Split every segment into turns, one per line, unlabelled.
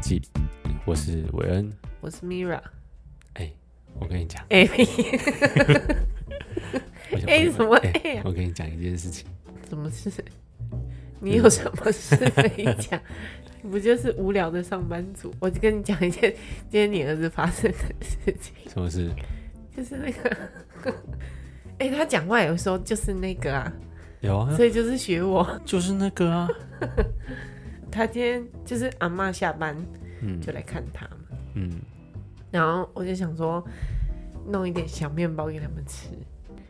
记》，我是韦恩。
我是 Mira。
哎、我跟你讲，
哎、
我想
哎什么
哎
哎呀
我跟你讲一件事情，
什么事？你有什么事没讲？你不就是无聊的上班族？我就跟你讲一件今天你儿子发生的事情，
什么事？
就是那个，哎、他讲话有时候就是那个啊，
有啊，
所以就是学我。
就是那个啊，
他今天就是阿嬷下班
嗯
就来看他嘛，
嗯，
然后我就想说弄一点小面包给他们吃，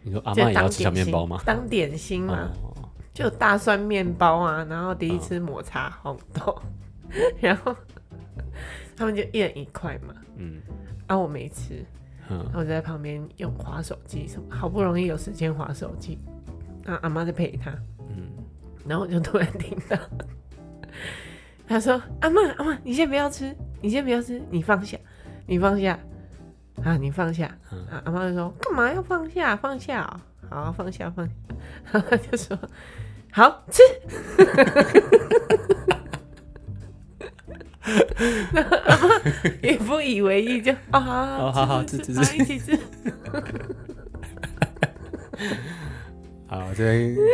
你说阿
就
妈也
当
要吃小
点
面
心
包吗？
当点心嘛。
哦，
就有大蒜面包啊，然后第一吃抹茶红豆， 然后他们就一人一块嘛，
嗯
啊我没吃，
嗯
然后我就在旁边用滑手机什么，好不容易有时间滑手机，啊阿妈在陪他，
嗯，
然后我就突然听到他说阿妈阿妈你先不要吃，你先不要吃，你放下，你放下，啊你放下，
嗯
啊阿妈就说干嘛要放下放下哦、好放下放下， 然后他就说好吃。 也不以为意，就啊，好
哦好好吃吃吃
一起吃。
好，我这边跟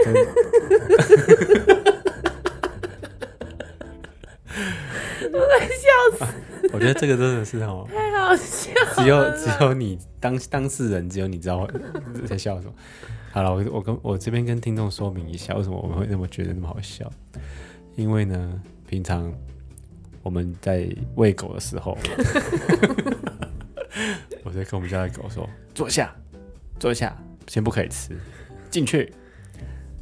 我快笑死，
我觉得这个真的是哦，
太好笑了。
只有只有你当当事人，只有你知道在笑什么。 好了，我我跟我这边跟听众说明一下，为什么我们会那么觉得那么好笑？因为呢，平常我们在喂狗的时候， 我在跟我们家的狗说：“坐下，坐下，先不可以吃，进去，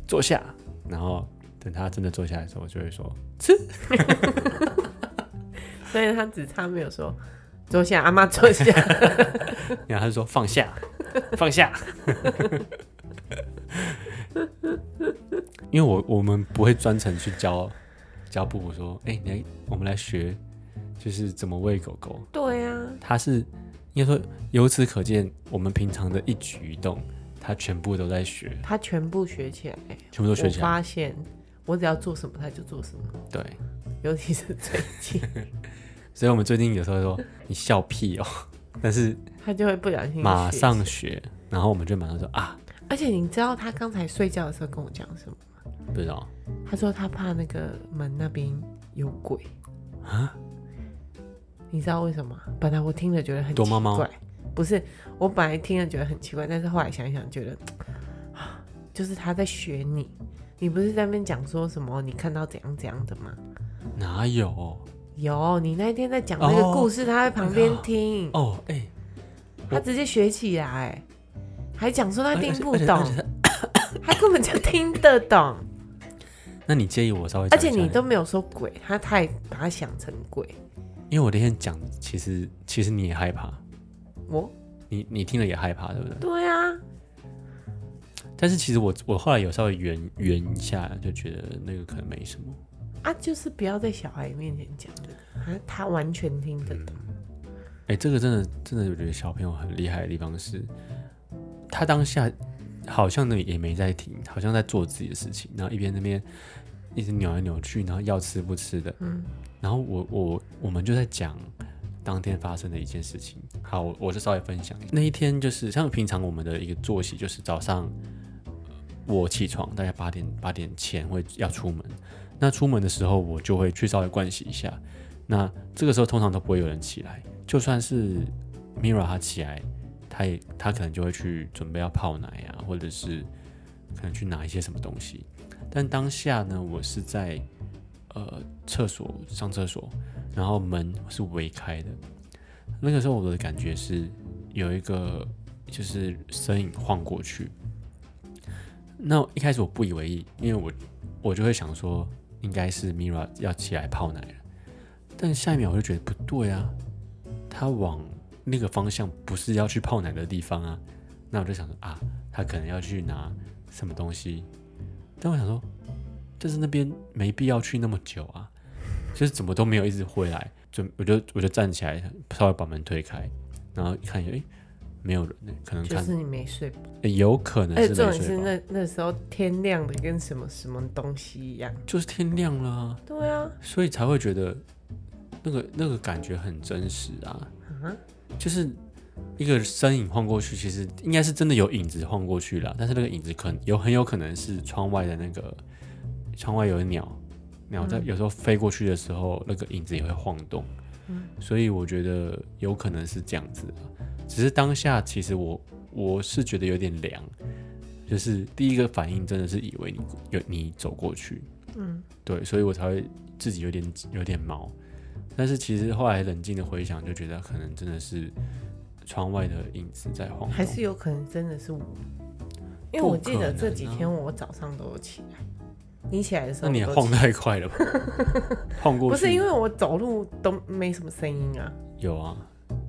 坐下。”然后等它真的坐下来的时候，我就会说
所以他只差没有说坐下，阿妈坐下。
然后他就说放下，放下。因为我我们不会专程去教教布布说，哎、你来，我们来学，就是怎么喂狗狗。
对啊，
它是应该说，由此可见，我们平常的一举一动，它全部都在学，
他全部学起来，
全部都学起
我
来。
发现我只要做什么，他就做什么，
对，
尤其是最近，
所以我们最近有时候说你笑屁哦，但是
他就会不小心
马
学
上学，然后我们就马上说啊，
而且你知道他刚才睡觉的时候跟我讲什么？
不知道
他说他怕那个门那边有鬼
啊，
你知道为什么？本来我听了觉得很奇
躲
怪，
猫猫
不是我本来听了觉得很奇怪，但是后来想一想觉得，啊就是他在学你。你不是在那边讲说什么？你看到怎样怎样的吗？
哪有
有，你那天在讲那个
哦
故事，他在旁边听，
哦，哎、
他直接学起来，还讲说他
而
听
且
不
而且而
懂
且，
他根本就听得 懂，
那你介意我稍微
而
讲一下
且
吗？
你都没有说鬼，他太把他想成鬼，
因为我那天讲，其实其实你也害怕，
我
你你听了也害怕，对不对？
对啊，
但是其实我我后来有稍微圆圆一下，就觉得那个可能没什么。
啊，就是不要在小孩面前讲的，他他完全听得懂。
哎、这个真的真的，我觉得小朋友很厉害的地方是，他当下好像呢也没在听，好像在做自己的事情，然后一边那边一直扭来扭去，然后要吃不吃的，
嗯，
然后我我我们就在讲当天发生的一件事情。好，我我就稍微分享一下那一天，就是像平常我们的一个作息，就是早上呃我起床大概八点八点前会要出门，那出门的时候我就会去稍微盥洗一下。那这个时候通常都不会有人起来，就算是 Mira 她起来，她也她可能就会去准备要泡奶啊，或者是可能去拿一些什么东西。但当下呢，我是在呃厕所上厕所，然后门是围开的。那个时候我的感觉是有一个就是身影晃过去。那一开始我不以为意，因为我我就会想说应该是 Mira 要起来泡奶了，但下一秒我就觉得不对啊，他往那个方向不是要去泡奶的地方啊。那我就想说啊，他可能要去拿什么东西，但我想说，但是那边没必要去那么久啊，就是怎么都没有一直回来，准我就我就站起来，稍微把门推开，然后一看一下，哎、没有人、可能
就
看、
是你没睡饱，
诶有可能
而且
是
重
没
点
睡
是
饱，
那那时候天亮的跟什么什么东西一样。
就是天亮了啊、
对啊，
所以才会觉得那个那个感觉很真实啊，
啊，
就是一个身影晃过去，其实应该是真的有影子晃过去了，但是那个影子可能有很有可能是窗外的那个窗外有鸟，鸟在有时候飞过去的时候，那个影子也会晃动，所以我觉得有可能是这样子的，啊只是当下其实我我是觉得有点凉，就是第一个反应真的是以为你有你走过去，
嗯，
对，所以我才会自己有点有点毛。但是其实后来冷静的回想，就觉得可能真的是窗外的影子在晃动，
还是有可能真的是我，因为
不
我记
可
得这
能
几
啊
天我早上都有起来，你起来的时
那
候
你也
我都
晃
起
太快 了吧？晃过
不
去
是因为我走路都没什么声音啊，
有啊，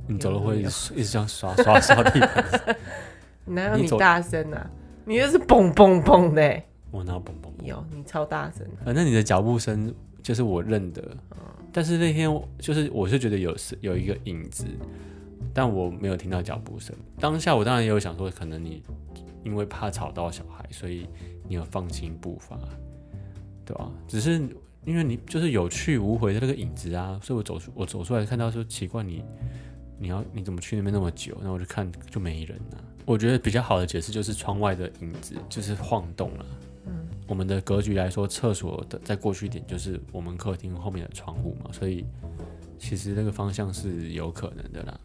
你走
有
路
有
会一
有
直一直这样刷刷刷地 板，
哪有
你
你
走
大声啊？你就是蹦蹦蹦的、欸，
我拿嘣嘣嘣。
有你超大声，
反呃正你的脚步声就是我认得，但是那天我就是我是觉得有有一个影子，但我没有听到脚步声。当下我当然也有想说，可能你因为怕吵到小孩，所以你有放轻步伐，对吧、只是因为你就是有去无回的那个影子啊，所以我走出我走出来看到说奇怪你。你要你怎么去那边那么久？那我就看就没人啊。我觉得比较好的解释就是窗外的影子就是晃动啊了、我们的格局来说，厕所的再过去一点就是我们客厅后面的窗户嘛，所以其实那个方向是有可能的啦。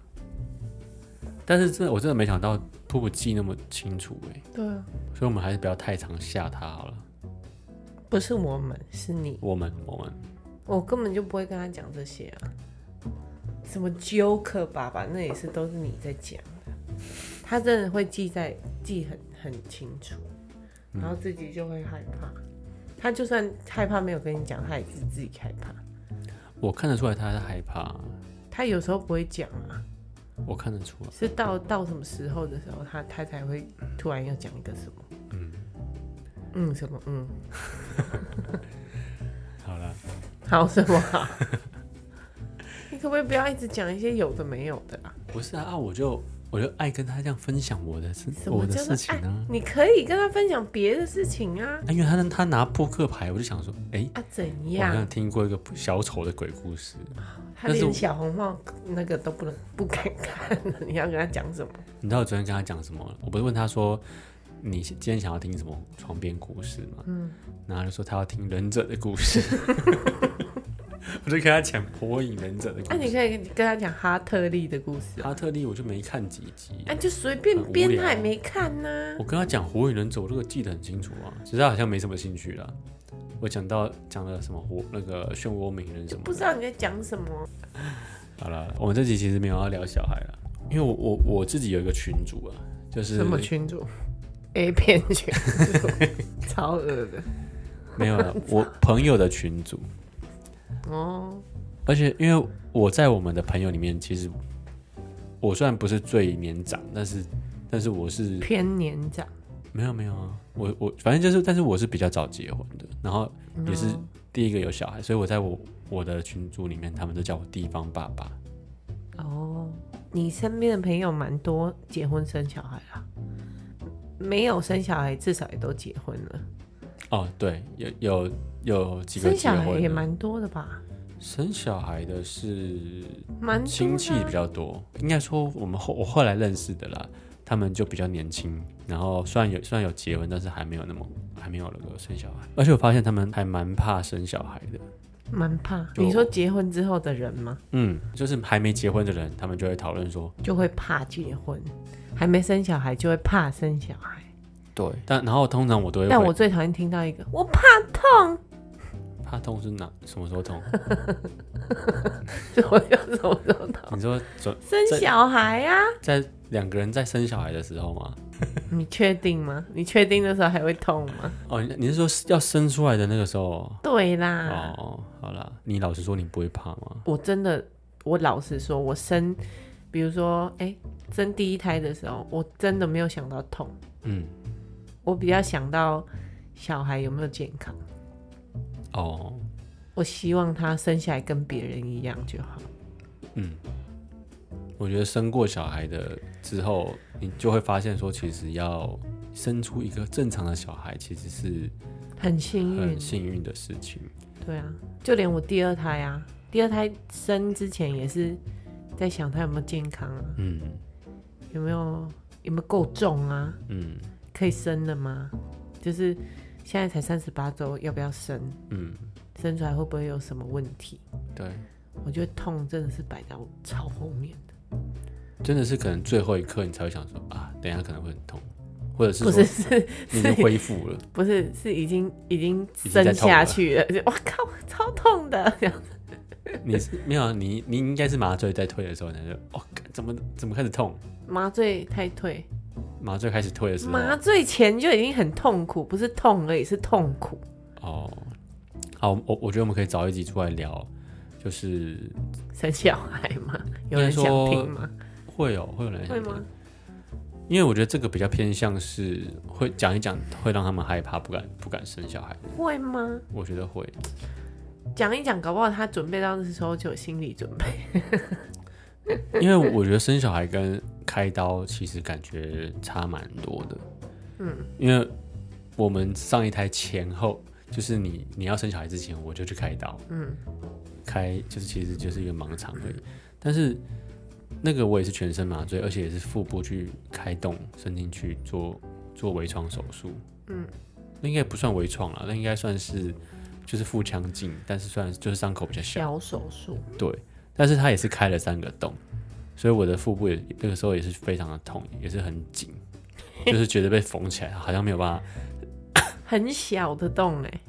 但是真的我真的没想到瀑布记那么清楚哎、
对啊，
所以我们还是不要太常吓他好了。
不是我们，是你，
我们我们
我根本就不会跟他讲这些啊，什么 Joker 爸爸，那也是都是你在讲的，他真的会记在记很很清楚，然后自己就会害怕，他就算害怕没有跟你讲，他也是自己害怕，
我看得出来他在害怕，
他有时候不会讲啊。
我看得出来。
是到到什么时候的时候，他他才会突然又讲一个什么？嗯嗯，什么嗯，
好了，
好什么好？ 你可不可以不要一直讲一些有的没有的啊？
不是啊，啊我就我就爱跟他这样分享我的事
什
我
么
的
叫
事
做
情
哎
啊。
你可以跟他分享别的事情啊
啊因为他他拿扑克牌，我就想说，哎、
啊，怎
我好
样
像？听过一个小丑的鬼故事。
他
但是我
连小红帽那个都不能不敢看了，你要跟他讲 什么？
你知道我昨天跟他讲什么了？我不是问他说你今天想要听什么床边故事吗？嗯，然后他就说他要听忍者的故事， 我就跟他讲火影忍者的故
那、啊哎你
事。
可以跟他讲哈特利的故事啊，
哈特利我就没看几集，
啊，就随便
很无
编，
聊
他也没看呢、
我跟他讲火影忍者，我这个记得很清楚啊，只是他好像没什么兴趣了。我讲到讲了什么火那个漩涡鸣人什么
不
的
知，道你在讲什么。
好了，我们这集其实没有要聊小孩了，因为我我我自己有一个群主啊，就是
什么群主？A 片群主， 超恶的
没有了，我朋友的群主，
哦。
而且因为我在我们的朋友里面，其实我虽然不是最年长，但是但是我是
偏年长，
没有没有啊，我我反正就是，但是我是比较早结婚的，然后也是
嗯
第一个有小孩，所以我在我我的群组里面，他们都叫我地方爸爸。
哦。你身边的朋友蛮多结婚生小孩啦，没有生小孩至少也都结婚了，
哦，对，有有有几个
生
结
小
婚
孩
了
也蛮多的吧，
生小孩的是
蛮多的啊
亲戚比较多，应该说我们后我后来认识的啦，他们就比较年轻，然后虽然有虽然有结婚，但是还没有那么还没有那个生小孩，而且我发现他们还蛮怕生小孩的，
蛮怕。
就
你说结婚之后的人吗？
嗯，就是还没结婚的人，他们就会讨论说，
就会怕结婚，还没生小孩就会怕生小孩。
对，但然后通常我都会
但
回
我最讨厌听到一个我怕
怕痛是哪什么时候痛？
我就什么时候痛
你说准
生
这
小孩啊？
在两个人在生小孩的时候吗？
你确定吗？你确定的时候还会痛吗？
哦，你你是说要生出来的那个时候？
对啦，
哦，好啦，你老实说，你不会怕吗？
我真的，我老实说，我生，比如说，哎、生第一胎的时候，我真的没有想到痛，
嗯，
我比较想到小孩有没有健康。
哦，
我希望他生下来跟别人一样就好。
嗯，我觉得生过小孩的之后，你就会发现说，其实要生出一个正常的小孩，其实是
很幸运
很，幸运的事情。
对啊，就连我第二胎啊，第二胎生之前也是在想他有没有健康啊，
嗯
有没有有没有够重啊，
嗯
可以生了吗？就是现在才三十八周，要不要生？
嗯，
生出来会不会有什么问题？
对，
我觉得痛真的是摆到超后面的，
真的是可能最后一刻你才会想说啊，等一下可能会很痛，或者是
不
说
是是
你已经
是
恢复了，
不是是已经已经
经
生
在痛
下
了
去了，就我靠，超痛的这样。
你是没有啊你你应该是麻醉在退的时候，你就哦，干怎么怎么开始痛？
麻醉太退，
麻醉开始退的时候，
麻醉前就已经很痛苦，不是痛而已，是痛苦。
哦，好，我我觉得我们可以找一集出来聊，就是
生小孩吗？
应
有
该
人
说
想听吗？
会有会有人
会
想
吗
听？因为我觉得这个比较偏向是会讲一讲，会让他们害怕，不敢不敢生小孩。
会吗？
我觉得会，
讲一讲，搞不好他准备到那时候就有心理准备。
因为我觉得生小孩跟开刀其实感觉差蛮多的。嗯，因为我们上一胎前后，就是你你要生小孩之前，我就去开刀。嗯，开就是其实就是一个盲肠而已。但是那个我也是全身麻醉，而且也是腹部去开洞伸进去做做微创手术。
嗯，
那应该不算微创了，那应该算是就是腹腔镜，但是算就是伤口比较小。
小手术，
对，但是他也是开了三个洞，所以我的腹部也那个时候也是非常的痛，也是很紧， 就是觉得被缝起来，好像没有办法。
很小的洞哎、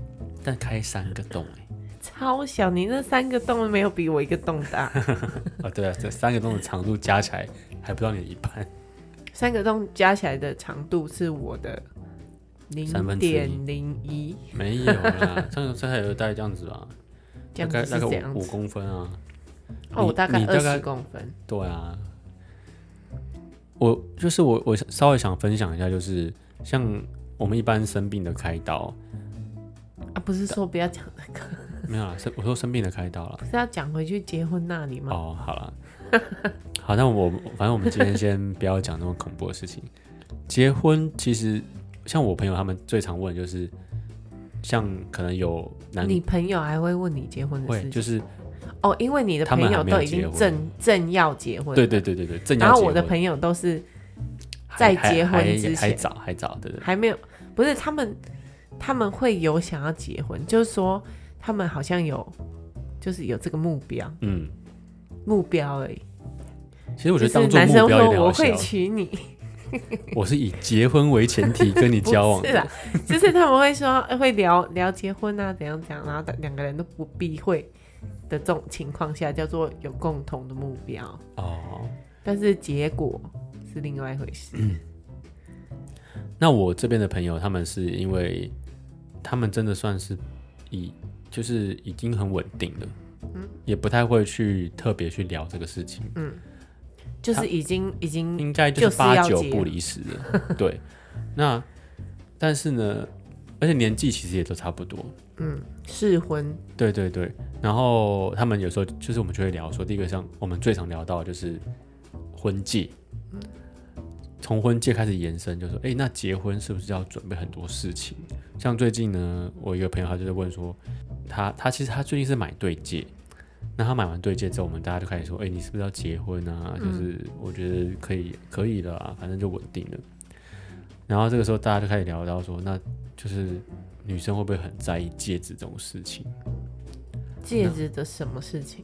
但开三个洞哎、
超小！你那三个洞没有比我一个洞 大，
啊对啊，这三个洞的长度加起来还不到你的一半，
三个洞加起来的长度是我的零
三分之一
点零一，
没有啦，上次还有大概这样子吧，
这
大
样
概
子
大
是
概
这
五
样
五
子。
公分啊，
哦，我
你
大概
你
二
大概
十公分，
对啊，我就是我，我稍微想分享一下，就是像我们一般生病的开刀，
啊，不是说不要讲那个，
没有啦，生我说生病的开刀啦，
不是要讲回去结婚那里吗？
哦，好了，好，那我反正我们今天先不要讲那么恐怖的事情。结婚其实像我朋友他们最常问的就是，像可能有男
你朋友还会问你结婚的事
会
情，
就是
哦，因为你的
他们
朋友
还没有
都已
结
经
婚
正正要结婚，
对对对对对，正要
然后
结
我的
婚
朋友都是
还
在结
还
婚
还
之
还
前
早还早，对对
还没有，不是他们他们会有想要结婚，就是说他们好像有就是有这个目标
嗯。
目标而已。
其实我觉得
就
当
是
做
男
目
生
标有
说
点
我
好笑
会，娶你，
我是以结婚为前提跟你
不
交往
是啊
的
啦，就是他们会说呃会聊聊结婚啊怎样怎样，然后两个人都不避讳的这种情况下叫做有共同的目标，
哦。
但是结果是另外一回事。
那我这边的朋友，他们是因为他们真的算是已就是已经很稳定了，
嗯
也不太会去特别去聊这个事情，
就是已经已经
应该
嗯就是是
八
要
九
结
不离十了。对，那但是呢，而且年纪其实也都差不多。
试婚，
对对对，然后他们有时候就是我们就会聊说，第一个像我们最常聊到的就是婚戒，从婚戒开始延伸，就说，哎，那结婚是不是要准备很多事情？像最近呢，我一个朋友他就在问说，他他其实他最近是买对戒，那他买完对戒之后，我们大家就开始说，哎，你是不是要结婚啊？就是我觉得可以可以了啊，反正就稳定了。然后这个时候大家就开始聊到说，那就是女生会不会很在意戒指这种事情？
戒指的什么事情？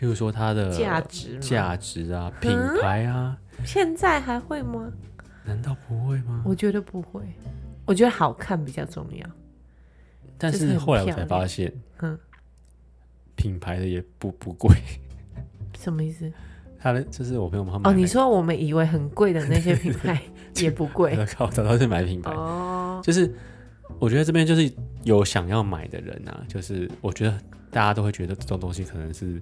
譬如说它的
价值吗？
呃
嗯
价值啊、品牌啊，
现在还会吗？
难道不会吗？
我觉得不会，我觉得好看比较重要。
但
就是
是
很
后来我
漂
才
亮
发现，
嗯，
品牌的也不不贵，
什么意思？
它的就是我朋友他们
哦，你说我们以为很贵的那些品 牌也不贵
我 靠，找到是买品牌，
哦，
就是我觉得这边就是有想要买的人啊，就是我觉得大家都会觉得这种东西可能是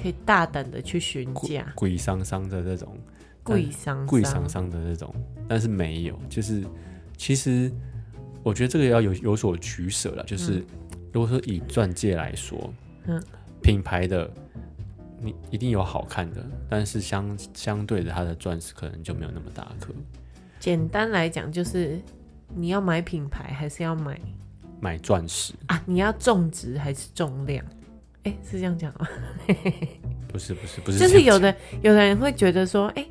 可以大胆的去询
贵
价，
贵桑桑的这种
贵商
贵桑桑的那种，但是没有，就是其实我觉得这个要有有所取舍了。就是、如果说以钻戒来说，
嗯，
品牌的你一定有好看的，但是相相对的，它的钻石可能就没有那么大颗。
简单来讲就是，你要买品牌还是要买
买钻石，
啊？你要种植还是重量？哎、是这样讲吗？
不是不是不是这样讲，
就是有的有的人会觉得说，哎、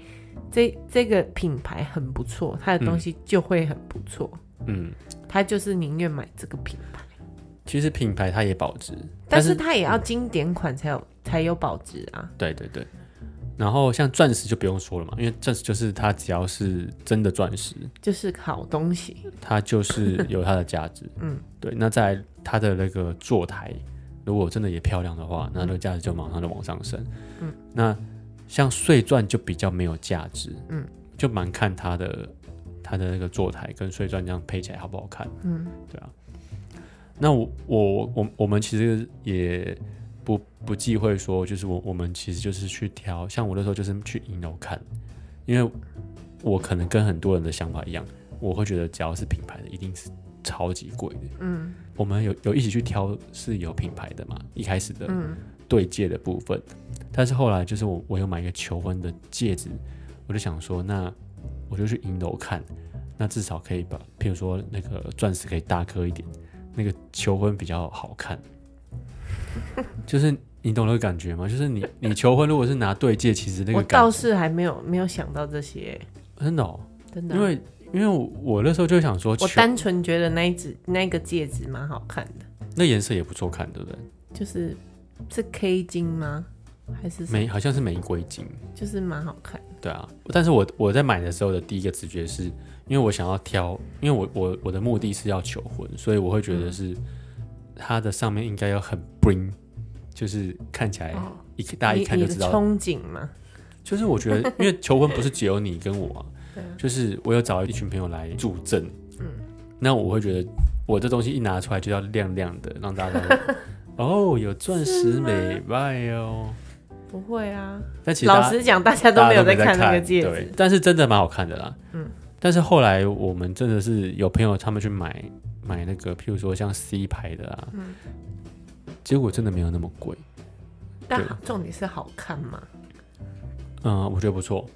这这个品牌很不错，它的东西就会很不错，
嗯，
他就是宁愿买这个品牌，
其实品牌它也保值，
但
但
是它也要经典款才有才有保值啊。
对对对。然后像钻石就不用说了嘛，因为钻石就是它只要是真的钻石，
就是好东西，
它就是有它的价值。
嗯，
对。那再来它的那个坐台，如果真的也漂亮的
嗯
话，那那个价值就马上就往上升。嗯，那像碎钻就比较没有价值。
嗯，
就蛮看它的它的那个坐台跟碎钻这样配起来好不好看。
嗯，
对啊。那我我我我们其实也不不忌讳说，就是我我们其实就是去挑，像我那时候就是去银楼看，因为我可能跟很多人的想法一样，我会觉得只要是品牌的，一定是超级贵的。
嗯
我们有有一起去挑是有品牌的嘛，一开始的
嗯，
对戒的部分，但是后来就是我我有买一个求婚的戒指，我就想说，那我就去银楼看，那至少可以把，譬如说那个钻石可以大颗一点，那个求婚比较好 看，就是你懂那个感觉吗？就是你你求婚如果是拿对戒，其实那
我
个感
倒是还没有没有想到这些，
真的、哦，
真的啊，
因为因为我我那时候就想说，
我
求
单纯觉得那一只那个戒指蛮好看的，
那颜色也不错看，对不对？
就是是 K 金吗？还是什么
玫好像是玫瑰金，
就是蛮好看的，
对啊，但是我我在买的时候的第一个直觉是，因为我想要挑，因为我我我的目的是要求婚，所以我会觉得是
嗯
它的上面应该要很 bling，就是看起来
哦
一、大家一看
你
就
你的
知道。
憧憬嘛，
就是我觉得，因为求婚不是只有你跟我、啊
对啊，
就是我有找一群朋友来助阵，嗯，那我会觉得我这东西一拿出来就要亮亮的，让大家 知道哦有钻石美外哦。
不会啊，
但其实大
老
家
实讲，大家都
大
没
家
有
都没在
看那个戒
对
指，
但是真的蛮好看的啦。
嗯
嗯，但是后来我们真的是有朋友他们去买买那个，譬如说像 C 牌的啊，
嗯
结果真的没有那么贵。
但
对
重点是好看嘛，
嗯、我觉得不错。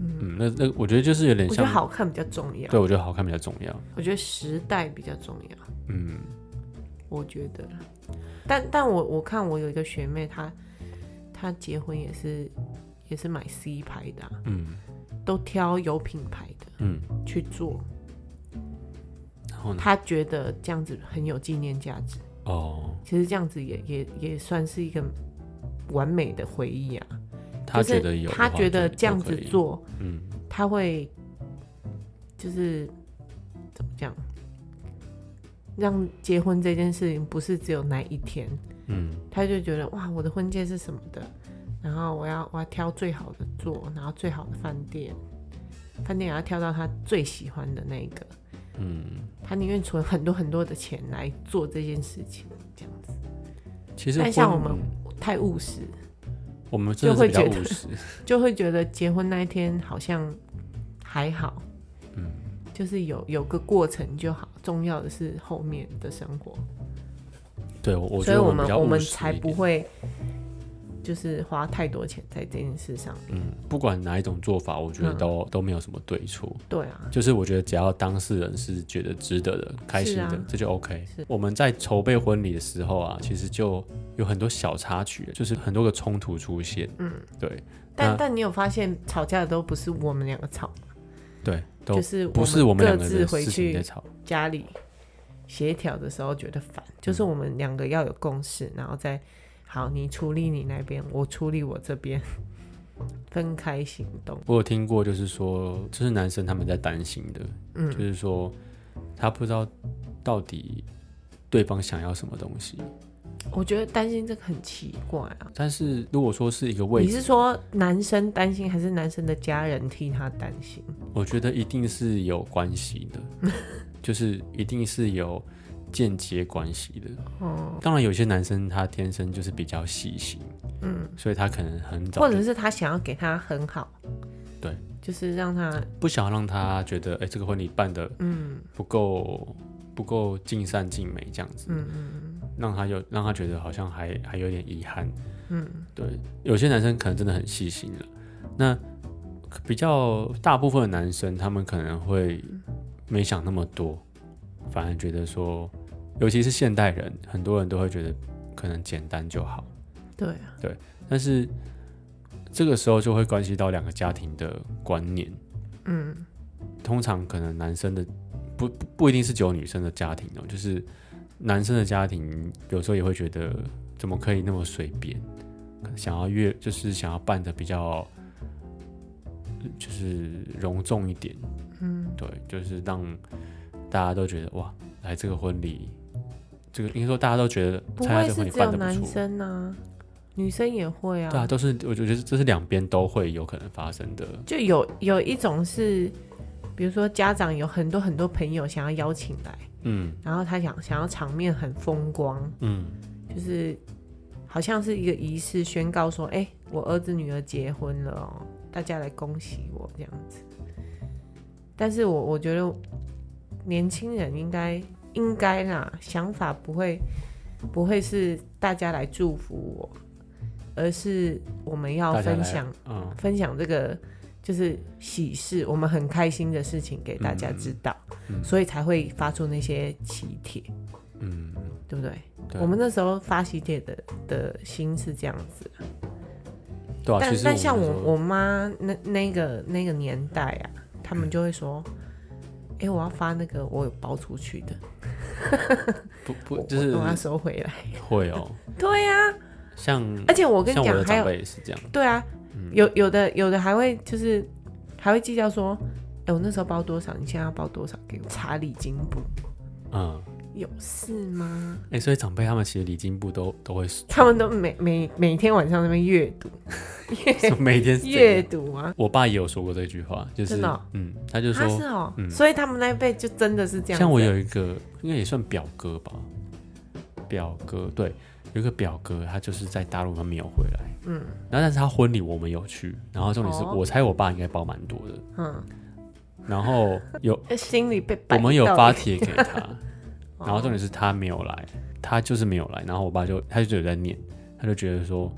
嗯，那那我觉得就是有点
我觉得
像，
好看比较重要，
对我觉得好看比较重要。
我觉得时代比较重要，
嗯，
我觉得啦，但但我我看我有一个学妹，她她结婚也是也是买 C 牌的啊、
嗯
都挑有品牌的
嗯，
去做，
然后呢？
她觉得这样子很有纪念价值。
哦，
其实这样子也也也算是一个完美的回忆啊。
他
就是
觉得有的话
她
就，
觉得这样
就
子
可以，
做，
嗯，
她会就是怎么讲，让结婚这件事情不是只有那一天，
嗯
她就觉得哇，我的婚戒是什么的，然后我要我要挑最好的做，然后最好的饭店，饭店也要挑到她最喜欢的那一个。
嗯，
她宁愿存很多很多的钱来做这件事情，这样子
其实
但像
婚
我们太务实了。
我们真的
就会
是比较
觉得
务实，
就会觉得结婚那一天好像还好，
嗯，
就是有有个过程就好，重要的是后面的生活，
对，我我觉
所以
得
我
们
们
比较
我
务
们
实
才
一
不
点
会就是花太多钱在这件事上。
嗯，不管哪一种做法，我觉得
嗯
都、都没有什么对错。
对啊，
就是我觉得只要当事人是觉得值得的、开心的，
是啊
这就 OK
是。
我们在筹备婚礼的时候啊，其实就有很多小插曲，就是很多个冲突出现。
嗯，
对
但、
那
但你有发现吵架的都不是我们两个吵，
对，都
就是
不是我们
各
两个
自
的
回
事情在
去
吵。
家里协调的时候觉得烦，
嗯
就是我们两个要有共识，然后再好你处理你那边，我处理我这边，分开行动。
我有听过，就是说，就是男生他们在担心的，
嗯
就是说他不知道到底对方想要什么东西。
我觉得担心这个很奇怪啊。
但是如果说是一个位
你
置，
是说男生担心，还是男生的家人替他担心？
我觉得一定是有关系 的，就是一定是有间接关系的。
哦，
当然，有些男生他天生就是比较细心，
嗯，
所以他可能很早
或
就
者是他想要给他很好，
对，
就是让他，
不想要让他觉得，哎、这个婚礼办的
嗯
不够不够尽善尽美这样子，
嗯嗯
让他有让他觉得好像还还有点遗憾。
嗯
对，有些男生可能真的很细心了。那比较大部分的男生，他们可能会没想那么多，反而觉得说，尤其是现代人，很多人都会觉得可能简单就好。
对啊，
但是这个时候就会关系到两个家庭的观念。
嗯，
通常可能男生的不不不一定是只有女生的家庭哦，就是男生的家庭有时候也会觉得怎么可以那么随便，想要越就是想要办的比较就是隆重一点，嗯，对，就是让大家都觉得哇，来这个婚礼，这个应该说大家都觉得
不
参加
会
这个婚
是
礼
只
办
有
的不
男
错，
生啊，女生也会
对啊，都是我觉得这是两边都会有可能发生的，
就有有一种是，比如说家长有很多很多朋友想要邀请来，
嗯
然后他想想要场面很风光，
嗯
就是好像是一个仪式宣告说，哎、我儿子女儿结婚了哦，大家来恭喜我这样子。但是我我觉得年轻人应该应该啦，想法不会不会是大家来祝福我，而是我们要
大家来
分享
嗯
分享这个就是喜事，我们很开心的事情给大家知道，
嗯嗯
所以才会发出那些喜帖，
嗯，
对不对？
对
我们那时候发喜帖的的心是这样子，
对啊，
但
其实
但像
我们那时
我
候
我妈那那个那个年代啊，他们就会说。哎、我要发那个我有包出去的，
不
我
不就是
我我要收回来。
会哦，
对呀、
像
而且我跟你
像我的
讲，还有
长辈也是这样，
对啊，
嗯
有有的有的还会就是还会计较说，哎、我那时候包多少，你现在要包多少给我？查礼金簿
嗯，
有事吗？
哎、所以长辈他们其实礼金部都都会
他们都每每每天晚上在那边阅读
每天是这
阅
样
读啊，
我爸也有说过这句话，就是
真的哦
嗯，他就
他
说
是哦、
嗯
所以他们那一辈就真的是这样子。
像我有一个应该也算表哥吧，表哥对，有一个表哥他就是在大陆他没有回来，
嗯
然后但是他婚礼我们有去，然后重点是、
哦
我猜我爸应该包蛮多的，
嗯，
然后有
心里被摆
我
到
们有发帖给他。
哦
然后重点是他没有来，他就是没有来。然后我爸就他就有在念，他就觉得说，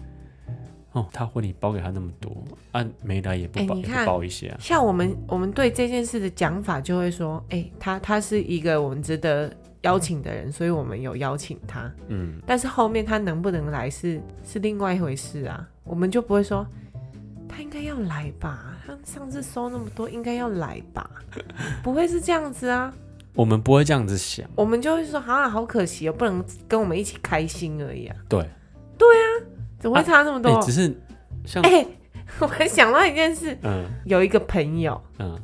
哦，他婚礼包给他那么多，啊，没来也不
哎
包、
你
也不
看
包一些啊。
像我们我们对这件事的讲法就会说，哎、他他是一个我们值得邀请的人，所以我们有邀请他。
嗯，
但是后面他能不能来是是另外一回事啊，我们就不会说他应该要来吧，他上次收那么多应该要来吧， 不会是这样子啊，
我们不会这样子想，
我们就会说啊，好可惜哦，不能跟我们一起开心而已啊，
对，
怎么会差那哎么多？
哎、
哎、
只是像，
我还想到一件事，
嗯
有一个朋友
嗯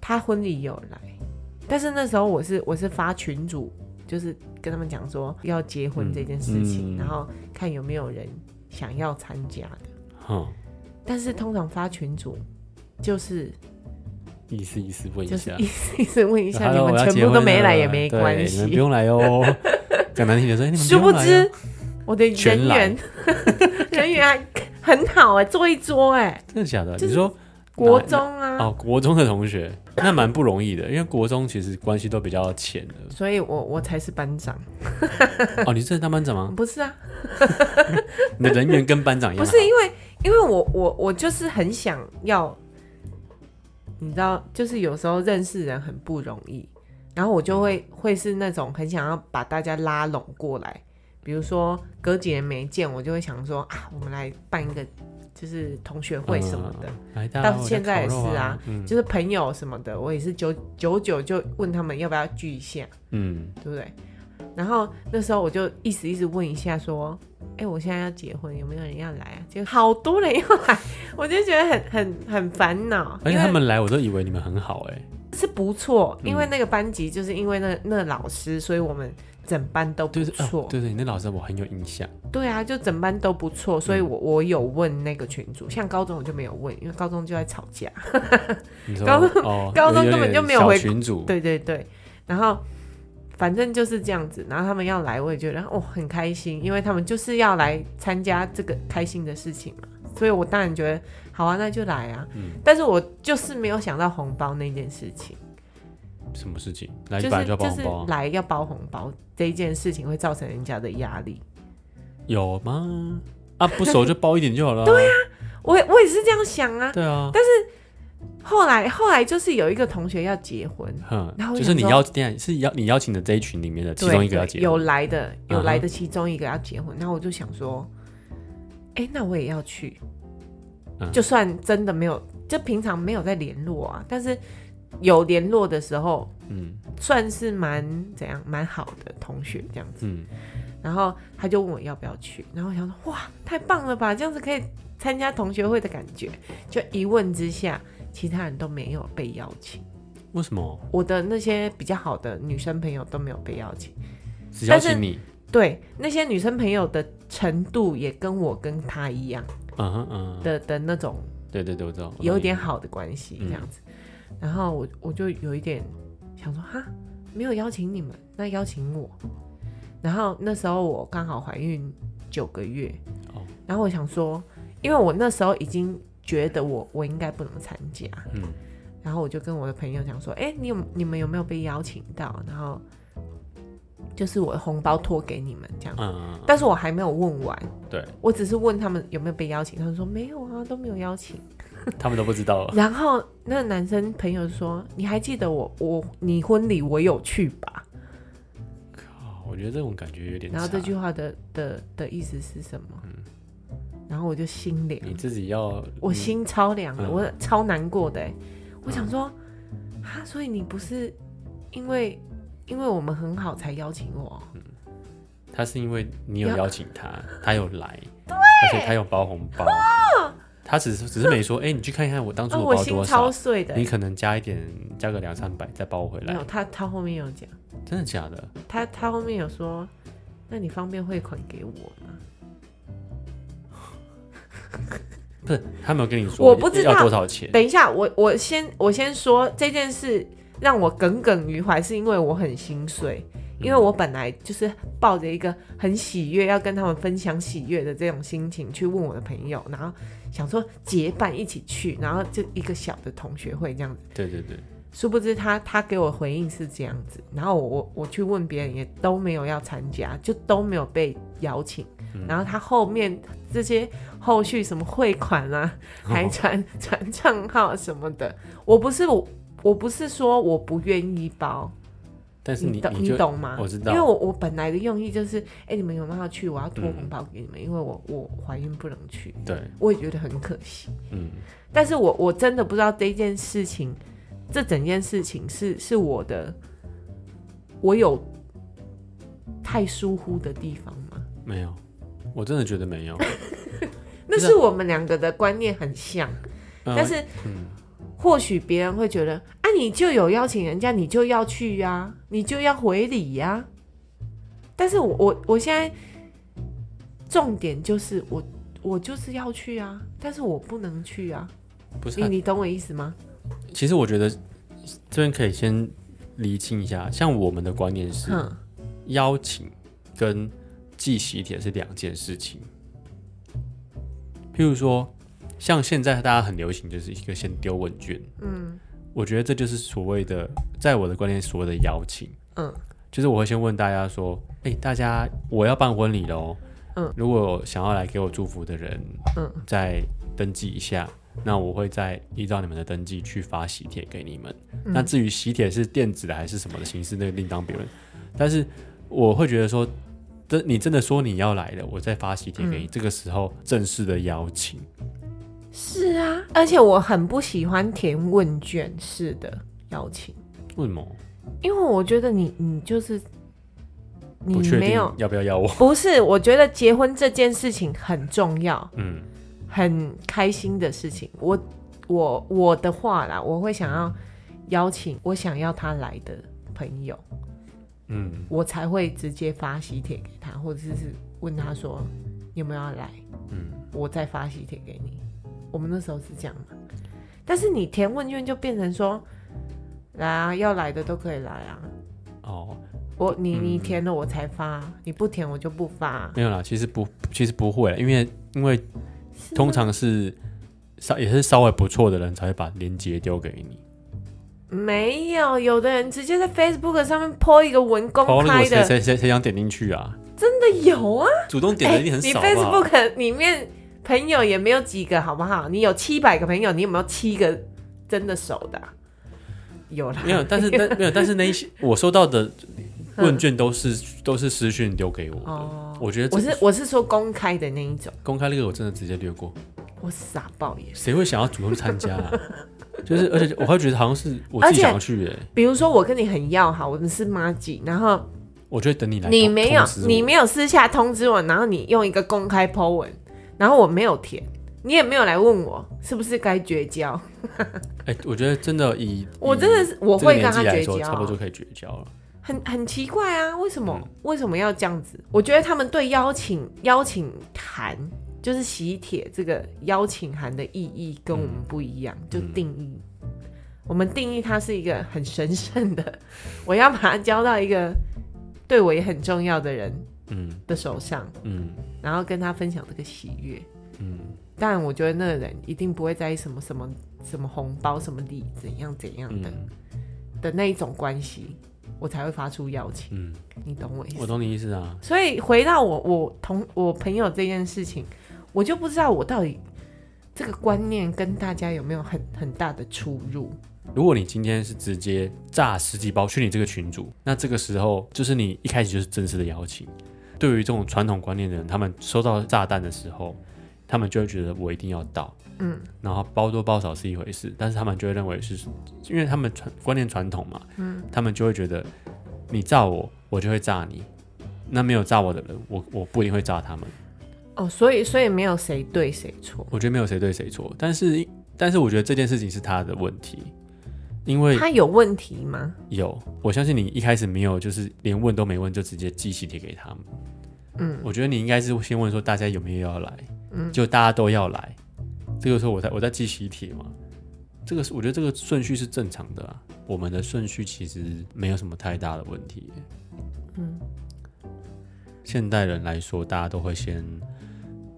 他婚礼有来，但是那时候我是我是发群主，就是跟他们讲说要结婚这件事
嗯
情，
嗯
然后看有没有人想要参加的。
哼，
但是通常发群主就是
意思意思问一
就是
下
意，思意思问一下，你
Hello，我要
们
结
全部
婚
都没
了
来也没
对
关
你们不
系。
用来 哦。讲难听点说，哎你们
殊不
用来哦
知我的
全
人
来
缘 人缘还很好哎、坐一桌哎、
真的假的？
就是
你说
国
哪
中啊，
哦，国中的同学那蛮不容易的，因为国中其实关系都比较浅的。
所以我我才是班长，
哦，你是当班长吗？
不是啊，
你的人缘跟班长一样啊
不
好？
是因为因为我我我就是很想要，你知道，就是有时候认识人很不容易，然后我就会、
嗯
会是那种很想要把大家拉拢过来，比如说隔几年没见，我就会想说啊，我们来办一个就是同学会什么的，
嗯。来，大家
到现在也是
我在烤肉
啊
啊，嗯
就是朋友什么的，我也是久久久就问他们要不要聚一下，
嗯，
对不对？然后那时候我就一时一直问一下说，哎、我现在要结婚，有没有人要来啊？结果好多人要来， 我就觉得很很很烦恼，
而且
因为
他们来，我都以为你们很好哎、
是不错，
嗯
因为那个班级就是因为那那老师，所以我们整班都不
就是
错，
哦，对对，你那老师我很有印象，
对啊，就整班都不错，所以
嗯
我我有问那个群主，像高中我就没有问，因为高中就在吵架，
你说
高中
哦，
高中
有
根本
点
就没有
小
回
群主，
对对对，然后反正就是这样子，然后他们要来，我也觉得哦很开心，因为他们就是要来参加这个开心的事情嘛，所以我当然觉得好啊，那就来啊。
嗯
但是我就是没有想到红包那件事情，
什么事情？来，
就
本来
是
就要包
就
红
是
包啊、
来要包红包这一件事情会造成人家的压力。
有吗？啊，不熟就包一点就好了、对
啊
呀、
我也我也是这样想啊。
对啊，
后来后来就是有一个同学要结婚，
哼
然后，我
就
想
是你
说
邀，等一下是邀你邀请的这一群里面的其
对
中一个
对
要结
有
婚，
来的有来
嗯
的其中一个要结婚，然后我就想说，哎、那我也要去。
嗯
就算真的没有，就平常没有在联络啊，但是有联络的时候，
嗯
算是蛮怎样，蛮好的同学这样子。
嗯，
然后他就问我要不要去，然后我想说哇，太棒了吧，这样子可以参加同学会的感觉。就一问之下，其他人都没有被邀请，
为什么
我的那些比较好的女生朋友都没有被邀请。
只邀
但
请
是
你？
对，那些女生朋友的程度也跟我跟她一样
嗯哼嗯哼，
的的那种
对对对，我知道，我懂
有
你
点好的关系
嗯
这样子。然后我我就有一点想说哈，没有邀请你们，那邀请我。然后那时候我刚好怀孕九个月，
哦
然后我想说，因为我那时候已经觉得我我应该不能参加，
嗯
然后我就跟我的朋友讲说，哎、你有你们有没有被邀请到？然后就是我的红包托给你们这样
嗯，嗯，嗯
但是我还没有问完，
对
我只是问他们有没有被邀请，他们说没有啊，都没有邀请。
嗯他们都不知道
然后那个男生朋友说：“你还记得我我你婚礼我有去吧
靠我觉得这种感觉有？”点差。
然后这句话的的的意思是什么？然后我就心凉，
嗯你自己要，
我心超凉的，
嗯
我超难过的欸。我想说，啊，所以你不是因为因为我们很好才邀请我？
嗯他是因为你有
要
邀请他，他有来，对，而且他有包红包，他只是只是没说，哎、你去看一看我当初
啊，
我
我
包
心
多
超
少，
碎的嗯
你
欸。
可能加一点，加个两三百再包回
没有，
来，
他他后面有讲，
真的假的？
他他后面有说，那你方便汇款给我吗？
不是，他没有跟你说
我不知道
要多少钱，
等一下，我我先我先说这件事让我耿耿于怀，是因为我很心碎，因为我本来就是抱着一个很喜悦要跟他们分享喜悦的这种心情去问我的朋友，然后想说结伴一起去，然后就一个小的同学会这样子。
对对对，
殊不知他他给我回应是这样子，然后我我我去问别人也都没有要参加，就都没有被邀请。
嗯
然后他后面这些后续什么汇款 啊，还传传账号什么的，我不是我我不是说我不愿意包，
但是
你
你
懂
就
懂吗？
我知道嗯
因为我我本来的用意就是，哎、你们有没有要去？我要托红包给你们，因为我我怀孕不能去，
对，
我也觉得很可惜。
嗯
但是我我真的不知道这件事情，这整件事情是是我的，我有太疏忽的地方吗？
没有，我真的觉得没有，
那
是啊
是我们两个的观念很像，
嗯
但是或许别人会觉得，啊，你就有邀请人家，你就要去呀、你就要回礼呀、但是我我我现在重点就是我我就是要去啊，但是我不能去啊，
嗯不是
你你懂我意思吗？
其实我觉得这边可以先厘清一下，像我们的观念是
哼，
邀请跟寄喜帖是两件事情。譬如说，像现在大家很流行就是一个先丢问卷，
嗯
我觉得这就是所谓的，在我的观念所谓的邀请，
嗯，
就是我会先问大家说，哎、大家我要办婚礼喽，
嗯，
如果有想要来给我祝福的人，
嗯，
再登记一下，那我会再依照你们的登记去发喜帖给你们。
嗯
那至于喜帖是电子的还是什么的形式，那个另当别论。但是我会觉得说，真你真的说你要来了，我再发喜帖给你，
嗯
这个时候正式的邀请，
是啊，而且我很不喜欢填问卷式的邀请，
为什么
因为我觉得你你就是你
不确
没
定
有
要不要 邀我？
不是，我觉得结婚这件事情很重要，
嗯
很开心的事情。我我我的话啦，我会想要邀请我想要他来的朋友，
嗯
我才会直接发喜帖给他，或者是问他说你有没有要来，
嗯，
我再发喜帖给你。我们那时候是这样嘛，但是你填问卷就变成说，来啊，要来的都可以来啊。
哦，
我你你填了我才发，你不填我就不发、
没有啦，其实不，其实不会啦，因为因为
是吗
通常是稍也是稍微不错的人才会把链接丢给你。
没有，有的人直接在 Facebook 上面 po 一个文公
哦，那
开
个谁
的，真
谁谁谁想点进去啊？
的有啊！
主动点的一定很
你
少吧？
Facebook 里面朋友也没有几个，好不好？你有七百个朋友，你有没有七个真的熟的啊、有啦， 嗯
没有，但是但没有，但是那一些我收到的问卷都是都是私讯丢给我的，
哦
我觉得
我
这
是我是说公开的那一种，
公开那个我真的直接略过，
我傻爆耶。
谁会想要主动参加、 啊？就是而且我会觉得好像是我
而
自己
且
想要去耶、
比如说我跟你很要好，我们是妈吉，然后
我就会等你来通，
你没有
通知我
你没有私下通知我，然后你用一个公开 po 文，然后我没有填，你也没有来问我是不是该绝交，
哎、我觉得真的以
我
以
真的是我
嗯这个
会跟
年
他
纪来
绝
说，
交
差不多就嗯
啊，
可以绝交了。
很很奇怪啊，为什么为什么要这样子？我觉得他们对邀请邀请函就是喜帖这个邀请函的意义跟我
嗯
们不一样，就定义。我们定义它是一个很神圣的，我要把它交到一个对我也很重要的人
嗯
的手上，
嗯
然后跟他分享这个喜悦。
嗯，
但我觉得那个人一定不会在意什么什么什么红包、什么礼怎样怎样的、
嗯
的那一种关系，我才会发出邀请。
嗯，
你懂我意
我
思？
懂你意思啊。
所以回到我我同我朋友这件事情，我就不知道我到底这个观念跟大家有没有很很大的出入。
如果你今天是直接炸十几包去你这个群组，那这个时候就是你一开始就是正式的邀请。对于这种传统观念的人，他们收到炸弹的时候，他们就会觉得我一定要到，
嗯，
然后包多包少是一回事，但是他们就会认为是，因为他们传观念传统嘛，嗯，他们就会觉得你炸我，我就会炸你，那没有炸我的人，我我不一定会炸他们。
哦，所以所以没有谁对谁错，
我觉得没有谁对谁错，但是但是我觉得这件事情是他的问题，因为
他有问题吗？
有，我相信你一开始没有，就是连问都没问就直接寄喜帖给他们。
嗯，
我觉得你应该是先问说大家有没有要来，嗯，就大家都要来，这个时候我在我在寄喜帖嘛，这个是我觉得这个顺序是正常的、啊，我们的顺序其实没有什么太大的问题。
嗯，
现代人来说，大家都会先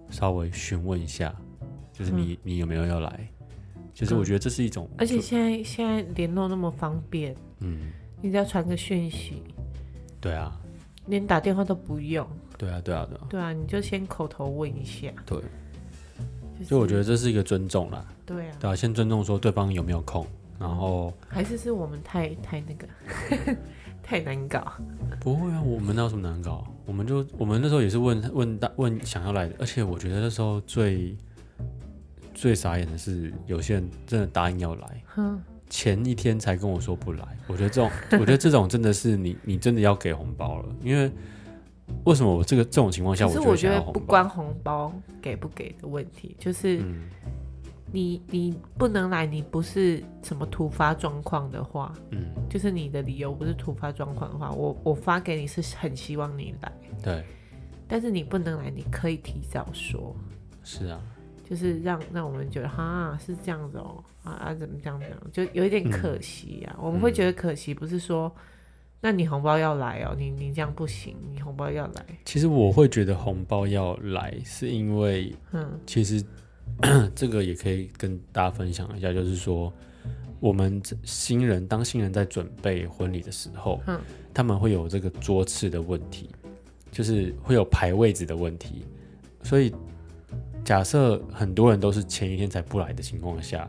稍微询问一下，就是你、你有没有要来，就是我觉得这是一种，
嗯而且现在现在联络那么方便，
嗯，
你只要传个讯息，
对啊，
连打电话都不用。
对啊，对啊，对啊，
对啊，你就先口头问一下。
对，
就是、
所以我觉得这是一个尊重啦。
对啊，
对啊，先尊重说对方有没有空，然后
还是是我们太太那个 太难搞。
不会啊，我们哪有什么难搞？我们就我们那时候也是问问大问想要来的，而且我觉得那时候最最傻眼的是，有些人真的答应要来，
哼，
前一天才跟我说不来。我觉得这种，我觉得这种真的是你你真的要给红包了，因为为什么我这个这种情况下，
可
我
是
就
我
会
觉
想
得
要红
不
包？
关红包给不给的问题，就是
嗯
你你不能来，你不是什么突发状况的话，
嗯，
就是你的理由不是突发状况的话，我我发给你是很希望你来，
对，
但是你不能来，你可以提早说。
是啊，
就是让让我们觉得哈是这样子哦、啊啊怎么这样这样，就有一点可惜
嗯
啊。我们会觉得可惜，不是说那你红包要来哦、你你这样不行，你红包要来，
其实我会觉得红包要来，是因为
嗯
其实 这个也可以跟大家分享一下，就是说我们这新人当新人在准备婚礼的时候，
嗯
他们会有这个桌次的问题，就是会有排位置的问题，所以假设很多人都是前一天才不来的情况下，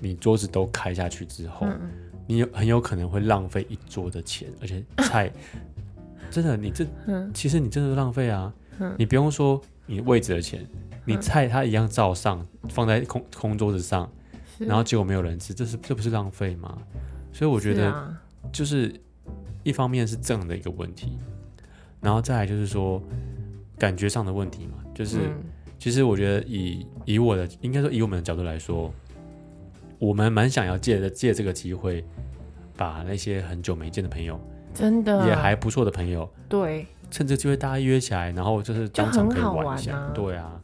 你桌子都开下去之后，
嗯
你有很有可能会浪费一桌的钱，而且 菜真的，你这
嗯
其实你真的浪费啊
嗯！
你不用说你位置的钱，你菜它一样照上，放在空空桌子上，
是
然后结果没有人吃，这是这不是浪费吗？所以我觉
是
得
啊
就是一方面是这样的一个问题，然后再来就是说感觉上的问题嘛，就是
嗯
其实我觉得以以我的应该说以我们的角度来说，我们蛮想要借着借这个机会，把那些很久没见的朋友，
真的啊
也还不错的朋友，
对，
趁这机会大家约起来，然后就是当场可以玩一
就
下，
很好玩啊
对啊。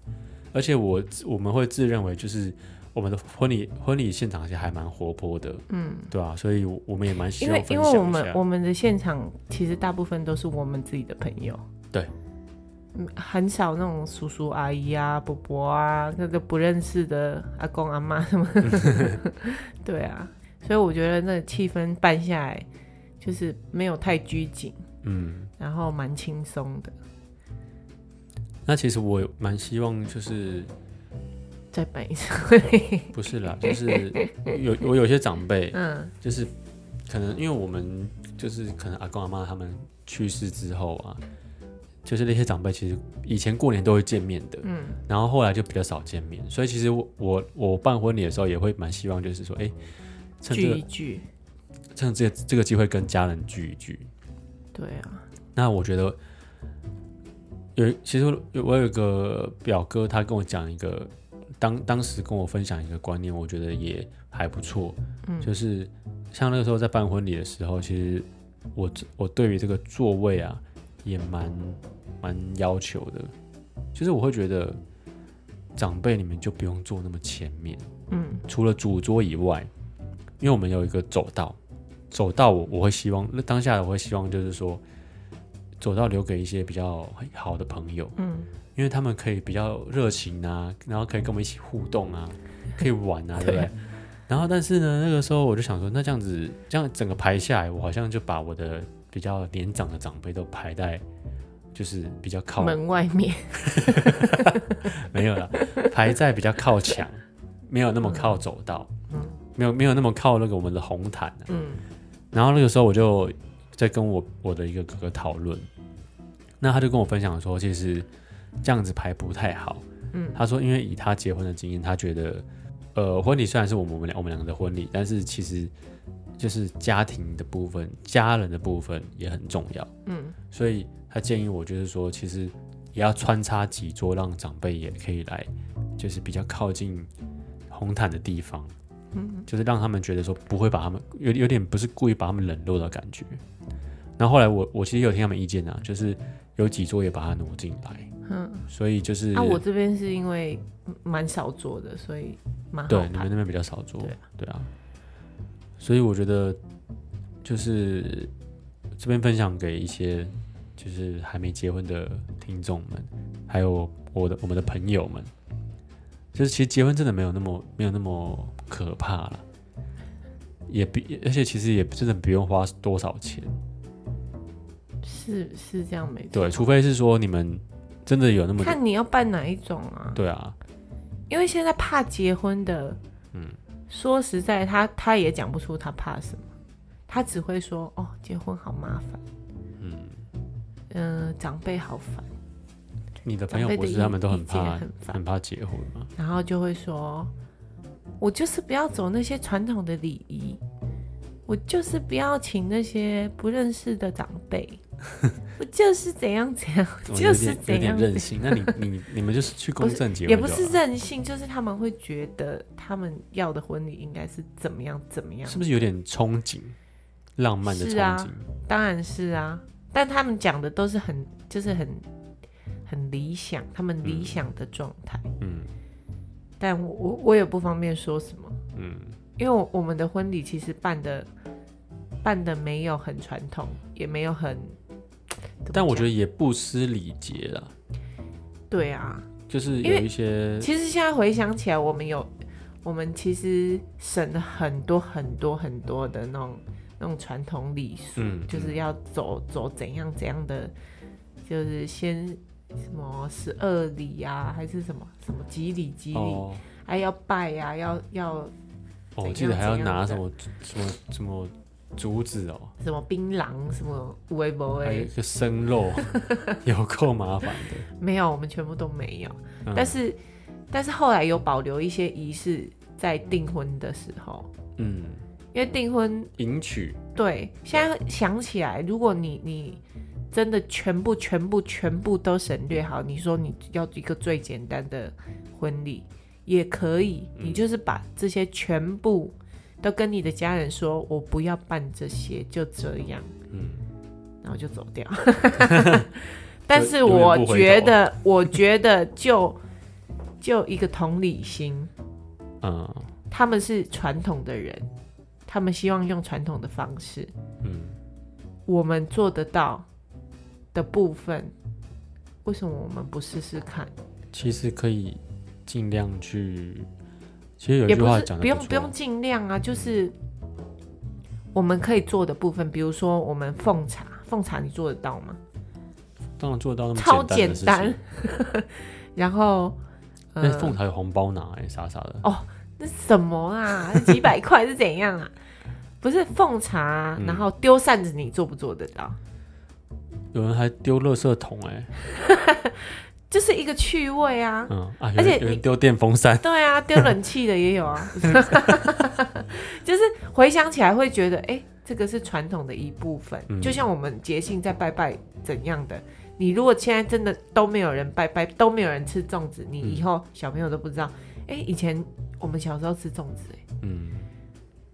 而且我我们会自认为就是我们的婚礼婚礼现场其实还蛮活泼的，
嗯。
对啊，所以我我们也蛮希
因
望
为
分
因
享
为我
一
们
下。
我们的现场其实大部分都是我们自己的朋友，
对
嗯，很少那种叔叔阿姨啊、伯伯啊，那个不认识的阿公阿 妈什么的，对啊，所以我觉得那个气氛办下来就是没有太拘谨，
嗯，
然后蛮轻松的，
那其实我蛮希望就是
再办一次婚礼，
不是 啦，就是有我有些长辈，
嗯
就是可能因为我们就是可能阿公阿妈他们去世之后啊，就是那些长辈其实以前过年都会见面的，嗯，然后后来就比较少见面，所以其实我我我办婚礼的时候也会蛮希望，就是说，哎、趁这
聚
个
一聚，
趁这个这个机会跟家人聚一聚。
对啊，
那我觉得有，其实我我有一个表哥，他跟我讲一个，当当时跟我分享一个观念，我觉得也还不错。嗯，就是像那个时候在办婚礼的时候，其实我我对于这个座位啊，也蛮蛮要求的，就是我会觉得长辈你们就不用坐那么前面，嗯，除了主桌以外，因为我们有一个走道。走道我我会希望，那当下我会希望就是说，走到留给一些比较好的朋友，嗯，因为他们可以比较热情啊，然后可以跟我们一起互动啊，可以玩啊，对不对？然后但是呢，那个时候我就想说，那这样子，这样整个排下来，我好像就把我的比较年长的长辈都排在就是比较靠
门外面，
没有啦，排在比较靠墙，没有那么靠走道，没有没有那么靠那个我们的红毯、啊。
嗯
然后那个时候我就在跟我我的一个哥哥讨论，那他就跟我分享说，其实这样子排不太好。
嗯，
他说，因为以他结婚的经验，他觉得，呃，婚礼虽然是我们我们俩我们两个的婚礼，但是其实就是家庭的部分、家人的部分也很重要。
嗯，
所以他建议我就是说，其实也要穿插几桌，让长辈也可以来，就是比较靠近红毯的地方，嗯，就是让他们觉得说不会把他们有有点不是故意把他们冷落的感觉。然后后来我我其实有听他们意见啊，就是有几桌也把它挪进来，
嗯，
所以就是、
啊，我这边是因为蛮少做的，所以蛮好
对你们
排。
那边比较少做，
对
啊，
啊
所以我觉得就是这边分享给一些就是还没结婚的听众们，还有我的我们的朋友们，就是其实结婚真的没有那么没有那么可怕了，也比而且其实也真的不用花多少钱，
是是这样没错。
对，除非是说你们真的有那么
看你要办哪一种啊？
对啊，
因为现在怕结婚的，嗯，说实在，他他也讲不出他怕什么，他只会说哦，结婚好麻烦，嗯，呃，长辈好烦，
你的朋友
长辈
不
的
是
意
他们都很
意见
怕
很烦
很怕结婚吗？
然后就会说，我就是不要走那些传统的礼仪，我就是不要请那些不认识的长 辈，我就是怎样怎样，
哦有
就
点有
是怎
点
样
任性。那你你你们就是去公证结婚
也不
就是好
任性，就是他们会觉得他们要的婚礼应该是怎么样怎么样，
是不是有点憧憬，浪漫的憧
是啊
憬？
当然是啊，但他们讲的都是很就是很很理想，他们理想的状态。
嗯
但我我我也不方便说什么，
嗯，
因为我我们的婚礼其实办的办的没有很传统，也没有很，
但我觉
得
得也不失礼节啦，
对啊，
就是
因
有
为
一些
其实现在回想起来，我们有我们其实省了很多很多很多的那种那种传统礼俗，
嗯
就是要走走怎样怎样的，就是先什么十二礼啊，还是什么什么几礼几礼，
哦
还、要拜呀、啊，要要
哦，我
怎
记得
样
还要
怎样
拿
的
什么什么什么竹子哦，
什么槟榔什么微博
还有
哎
一，个生 肉，有够麻烦的。
没有，我们全部都没有。
嗯
但是但是后来有保留一些仪式，在订婚的时候，
嗯，
因为订婚
迎娶
对，现在想起来，如果你你真的全部全部全部都省略好，你说你要一个最简单的婚礼也可以，
嗯
你就是把这些全部都跟你的家人说，我不要办这些，就这样，
嗯，
然后就走 掉。但是
永远
我
不回
觉
头
得，我觉得就就一个同理心，
嗯
他们是传统的人，他们希望用传统的方式。
嗯，
我们做得到的部分，为什么我们不试试看？
其实可以尽量去。其实有一
也
句
不
话
是
讲的
不用不用尽量啊，就是我们可以做的部分，比如说我们奉茶，奉茶你做得到吗？
当然做到那么
超
简单的事
简单
情。
然后，呃嗯
但是凤台有红包拿、欸，傻傻的。
那什么啊，那几百块是怎样啊？不是奉茶，
嗯
然后丢扇子，你做不做得到？
有人还丢垃圾桶、欸，哎，
就是一个趣味啊。
嗯啊，有
而且
人有人丢电风扇，
对啊，丢冷气的也有啊， 就是回想起来会觉得，哎、这个是传统的一部分，
嗯
就像我们节庆在拜拜怎样的。你如果现在真的都没有人拜拜，都没有人吃粽子，你以后小朋友都不知道，哎、以前我们小时候吃粽子、哎，
嗯，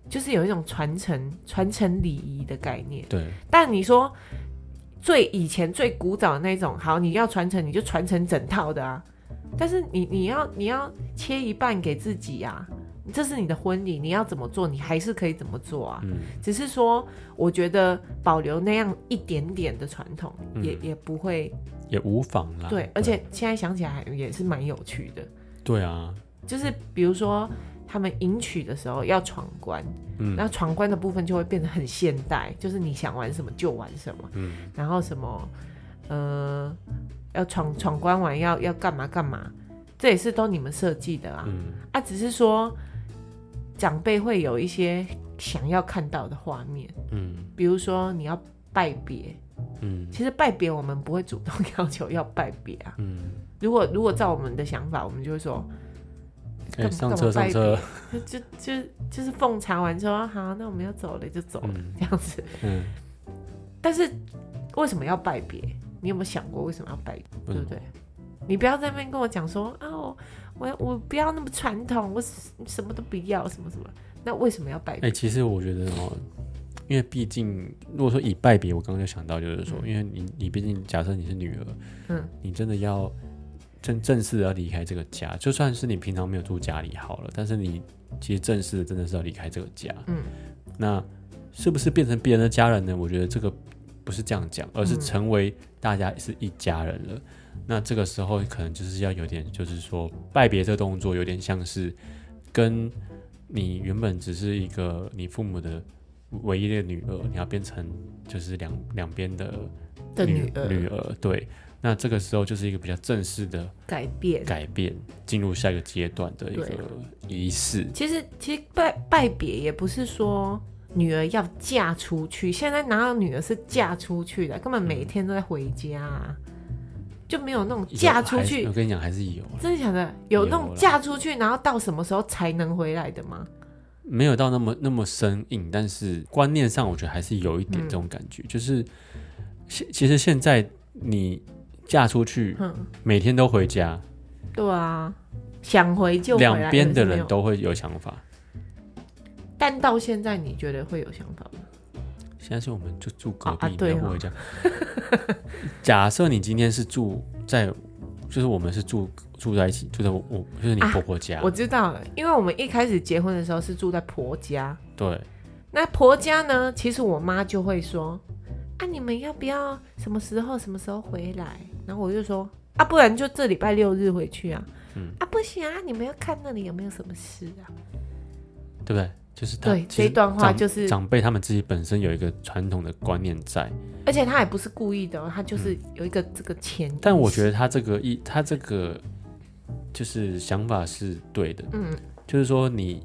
就是有一种传承、传承礼仪的概念。
对，
但你说最以前最古早的那种，好，你要传承你就传承整套的啊，但是你你要你要切一半给自己啊，这是你的婚礼，你要怎么做，你还是可以怎么做啊。
嗯
只是说，我觉得保留那样一点点的传统，
嗯啊
也也不会
也无妨啦。
对，而且现在想起来还也是蛮有趣的，
对啊，
就是比如说。他们迎娶的时候要闯关，
嗯
那闯关的部分就会变得很现代，就是你想玩什么就玩什么。
嗯
然后什么，呃，要闯闯关完要要干嘛干嘛，这也是都你们设计的啊。
嗯
啊，只是说长辈会有一些想要看到的画面，
嗯
比如说你要拜别，
嗯
其实拜别我们不会主动 要求要拜别啊。
嗯，
如果如果照我们的想法，我们就会说。
哎、
干嘛
上车
干嘛
上
拜
车，
别，就就就就是奉茶完之后，好，那我们要走了就走了、
嗯
这样子。
嗯，
但是为什么要拜别？你有没有想过为什么要拜别？
为
对
什么
不对？你不要在那边跟我讲说啊，我我我不要那么传统，我什什么都不要，什么什么。那为什么要拜
哎、？其实我觉得哦，因为毕竟如果说以拜别，我刚刚就想到就是说，因为你你毕竟假设你是女儿，
嗯，
你真的要正正式的要离开这个家，就算是你平常没有住家里好了，但是你其实正式的真的是要离开这个家，
嗯，
那是不是变成别人的家人呢？我觉得这个不是这样讲，而是
嗯
成为大家是一家人了。那这个时候可能就是要有点，就是说拜别这个动作有点像是跟你原本只是一个你父母的唯一的女儿，你要变成就是两两边的
的女儿
女儿对。那这个时候就是一个比较正式的
改变？
改变，进入下一个阶段的一
对
个仪式。
其实其实拜拜别也不是说女儿要嫁出去，现在哪有女儿是嫁出去的？根本
嗯
每天都在回家、啊，就没有那种
有
嫁出
还是
去
我。跟你讲还是有啊啦，
真的假的？有那
有
种
啦
嫁出去，然后到什么时候才能回来的吗？
没有到那么那么生硬，但是观念上我觉得还是有一点
嗯
这种感觉，就是现其实现在你嫁出去，
嗯，
每天都回家，
对啊，想回就回来。
两边的
可是没有
人都会有想法。
但到现在你觉得会有想法吗？
现在是我们就住隔
啊啊
壁，你
对
要
哦
不回家。假设你今天是住在，就是我们是住住在一起，住在我我就是你
啊
婆婆家，
我知道了，因为我们一开始结婚的时候是住在婆家，
对，
那婆家呢，其实我妈就会说，啊，你们要不要什么时候什么时候回来？然后我就说，啊，不然就这礼拜六日回去啊。
嗯
啊，不行啊！你们要看那里有没有什么事啊？
对不对？就是他
对，
其
这
实
一段话
长
就是，
长辈他们自己本身有一个传统的观念在，
而且他也不是故意的、哦，他就是有一个这个前提。
嗯但我觉得他这个一，他这个就是想法是对的，
嗯，
就是说你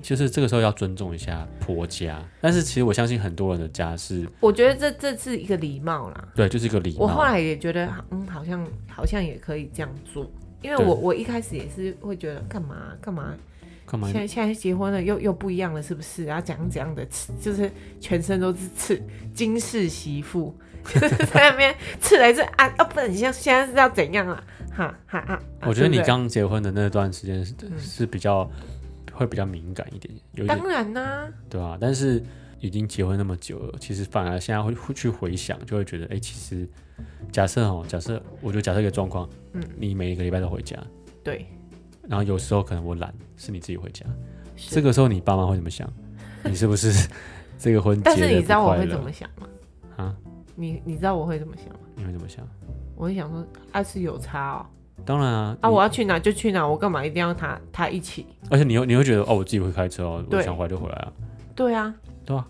就是这个时候要尊重一下婆家，但是其实我相信很多人的家是
我觉得这这是一个礼貌啦。
对，就是一个礼
我后
貌，
来也觉得，嗯，好像好像也可以这样做，因为
对
我我一开始也是会觉得干嘛干嘛，
干嘛
现？在现在结婚了又又不一样了，是不是？然后怎样怎样的，刺就是全身都是刺，金氏媳妇，就是在那边刺来刺啊啊，不然你像现在是要怎样啊？哈哈哈！啊
我觉得你
对不对嗯
刚结婚的那段时间是是比较会比较敏感一点，有一点
当然啦、
对啊，但是已经结婚那么久了，其实反而现在会会去回想，就会觉得，哎、其实假设哦，假设我就假设一个状况，
嗯，
你每一个礼拜都回家，
对，
然后有时候可能我懒，是你自己回家，
是
这个时候你爸妈会怎么想？你是不 是这个婚结
但是
得
你
不
知道我
快
会
乐
怎么想吗？
啊？
你你知道我会怎么想吗？
你会怎么想？
我会想说，啊是有差哦，
当然啊，
啊
你
我要去哪就去哪，我干嘛一定要他他一起？
而且你又你会觉得哦，我自己会开车哦，我
对
想回来就回来啊，
对啊，
对啊，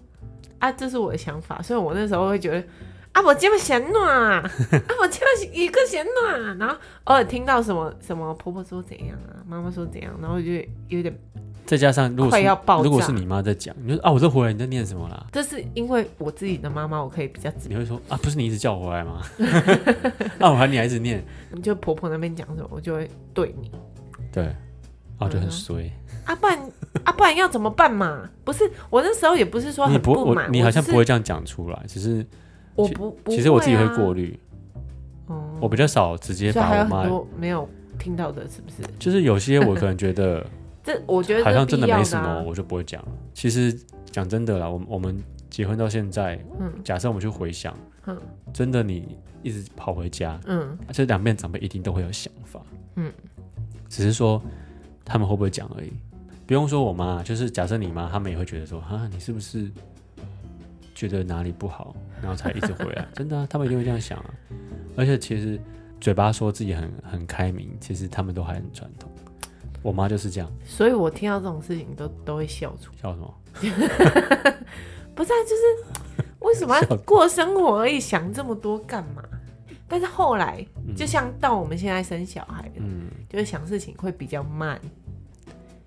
啊，这是我的想法，所以我那时候会觉得。啊，我这么嫌暖啊，啊，我这么一个嫌暖、然后偶尔听到什么什么婆婆说怎样啊，妈妈说怎样，然后我就有点
再加上如果
快
是
要爆炸
如果是你妈在讲，你就说啊，我这回来你在念什么啦？
这是因为我自己的妈妈，我可以比较直，
你会说啊，不是你一直叫我回来 吗？啊，我还你还一直念，
你就婆婆那边讲什么，我就会对你
对，哦，就
嗯
很
哼
衰。
啊，不然啊，不然要怎么办嘛？不是我那时候也不是说
你
很
不，我
满，
你
我
好像
只
不会这样讲出来，只是
是，我不，不啊
其实我自己会过
滤，
滤，
哦
我比较少直接
所以
把
还有
我
很
妈，
多没有听到的，是不是？
就是有些我可能觉得
这我 觉得
好像
这
真
必
的
要
没
啊
什么，我就不会讲了。其实讲真的啦，我们我们结婚到现在，
嗯
假设我们去回想，
嗯
真的你一直跑回家，
嗯
这两边长辈一定都会有想法，
嗯，
只是说他们会不会讲而已。不用说我妈，就是假设你妈，他们也会觉得说啊，你是不是觉得哪里不好，然后才一直回来？ 真的、啊，他们一定会这样想啊。而且其实嘴巴说自己很很开明，其实他们都还很传统。我妈就是这样，
所以我听到这种事情都都 会笑出来。
叫什么？
不是啊，就是为什么要
笑
过生活而已，想这么多干嘛？但是后来，就像到我们现在生小孩，
嗯，
就是想事情会比较慢，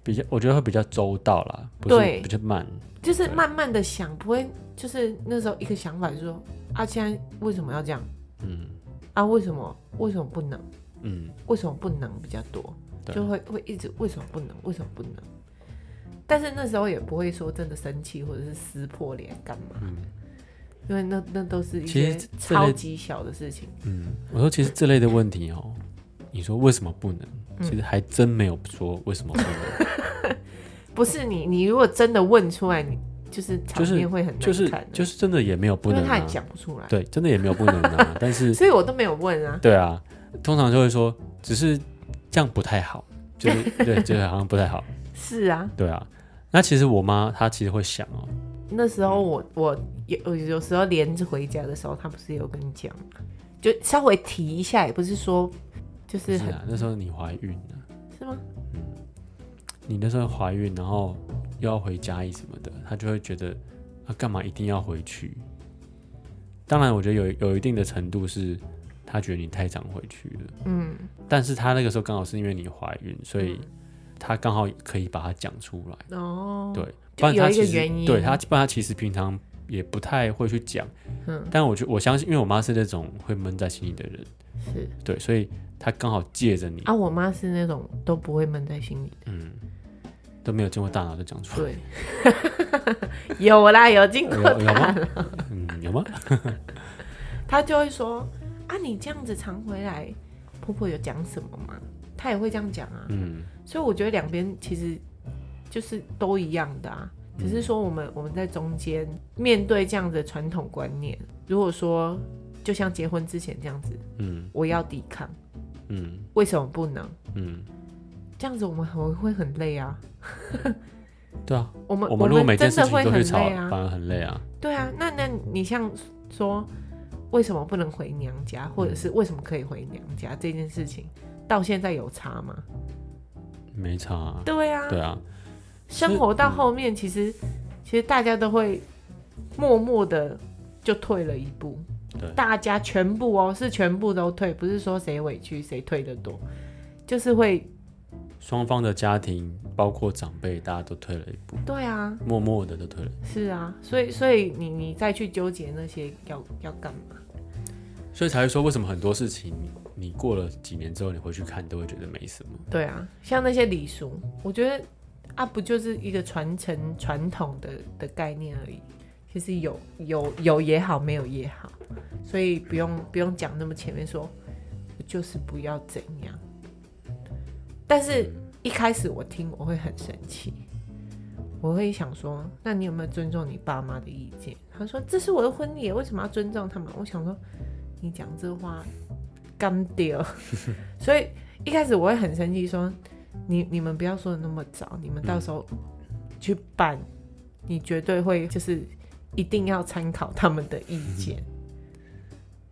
比较，我觉得会比较周到啦，不是
对
比较慢。
就是
对
慢慢的想，不会就是那时候一个想法就说啊，现在为什么要这样
嗯
啊？为什么为什么不能？
嗯，
为什么不能比较多？
对
就会会一直为什么不能？为什么不能？但是那时候也不会说真的生气或者是撕破脸干嘛，
嗯
因为那那都是一
其
些
实这类
超级小的事情。
嗯，我说其实这类的问题哦，你说为什么不能？
嗯
其实还真没有说为什么不能，
不是你，你如果真的问出来，你就是场面会很难看、
就是就是真的也没有不
因
能
为他也
啊，
讲不出来，
对，真的也没有不能 啊。但是
所以我都没有问啊。
对啊，通常就会说只是这样不太好，就是 对，就是好像不太好，
是啊，
对啊。那其实我妈她其实会想哦，
那时候我我有我有时候连着回家的时候，他不是有跟你讲，就稍微提一下，也不是说就是
是
很
啊，那时候你怀孕了、
是吗？
你那时候怀孕，然后又要回家义什么的，她就会觉得啊，干嘛一定要回去？当然，我觉得有有一定的程度是，她觉得你太常回去了。
嗯，
但是他那个时候刚好是因为你怀孕，所以他刚好可以把它讲出来。
哦，
对，
就
不然他
有一个
其实
原因
对他，不然他其实平常也不太会去讲。
嗯，
但我觉我相信，因为我妈是那种会闷在心里的人，
是
对，所以她刚好借着你，
啊，我妈是那种都不会闷在心里的，
嗯，都没有经过大脑就讲出来，
对， 有啦，有经过
有啊有
大
吗？嗯，有吗？
他就会说：“啊，你这样子常回来，婆婆有讲什么吗？”他也会这样讲啊。
嗯
所以我觉得两边其实就是都一样的啊，只是说我们我们在中间面对这样的传统观念，如果说就像结婚之前这样子，
嗯
我要抵抗，
嗯
为什么不能？
嗯，
这样子我们很会很累啊。
对啊，
我们
我们如果每件
真
事
的
情
会
都
很
去吵
累，啊
反。而很累啊。
对啊，那那你像说为什么不能回娘家，或者是为什么可以回娘家这件事情，到现在有差吗？
没差、啊，
对啊，
对啊，
生活到后面其实其实大家都会默默的就退了一步
对，
大家全部哦是全部都退，不是说谁委屈谁退的多，就是会
双方的家庭，包括长辈，大家都退了一步，
对啊，
默默的都退了。
是啊，所以所以你你再去纠结那些要要干嘛？
所以才会说，为什么很多事情你你过了几年之后，你回去看都会觉得没什么。
对啊，像那些礼俗，我觉得啊，不就是一个传承传统的的概念而已。其实有有有也好，没有也好，所以不用不用讲那么前面说，就是不要怎样。但是一开始我听我会很生气，我会想说，那你有没有尊重你爸妈的意见？他说这是我的婚礼，为什么要尊重他们？我想说，你讲这话干掉，所以一开始我会很生气，说你你们不要说的那么早，你们到时候去办，你绝对会就是一定要参考他们的意见，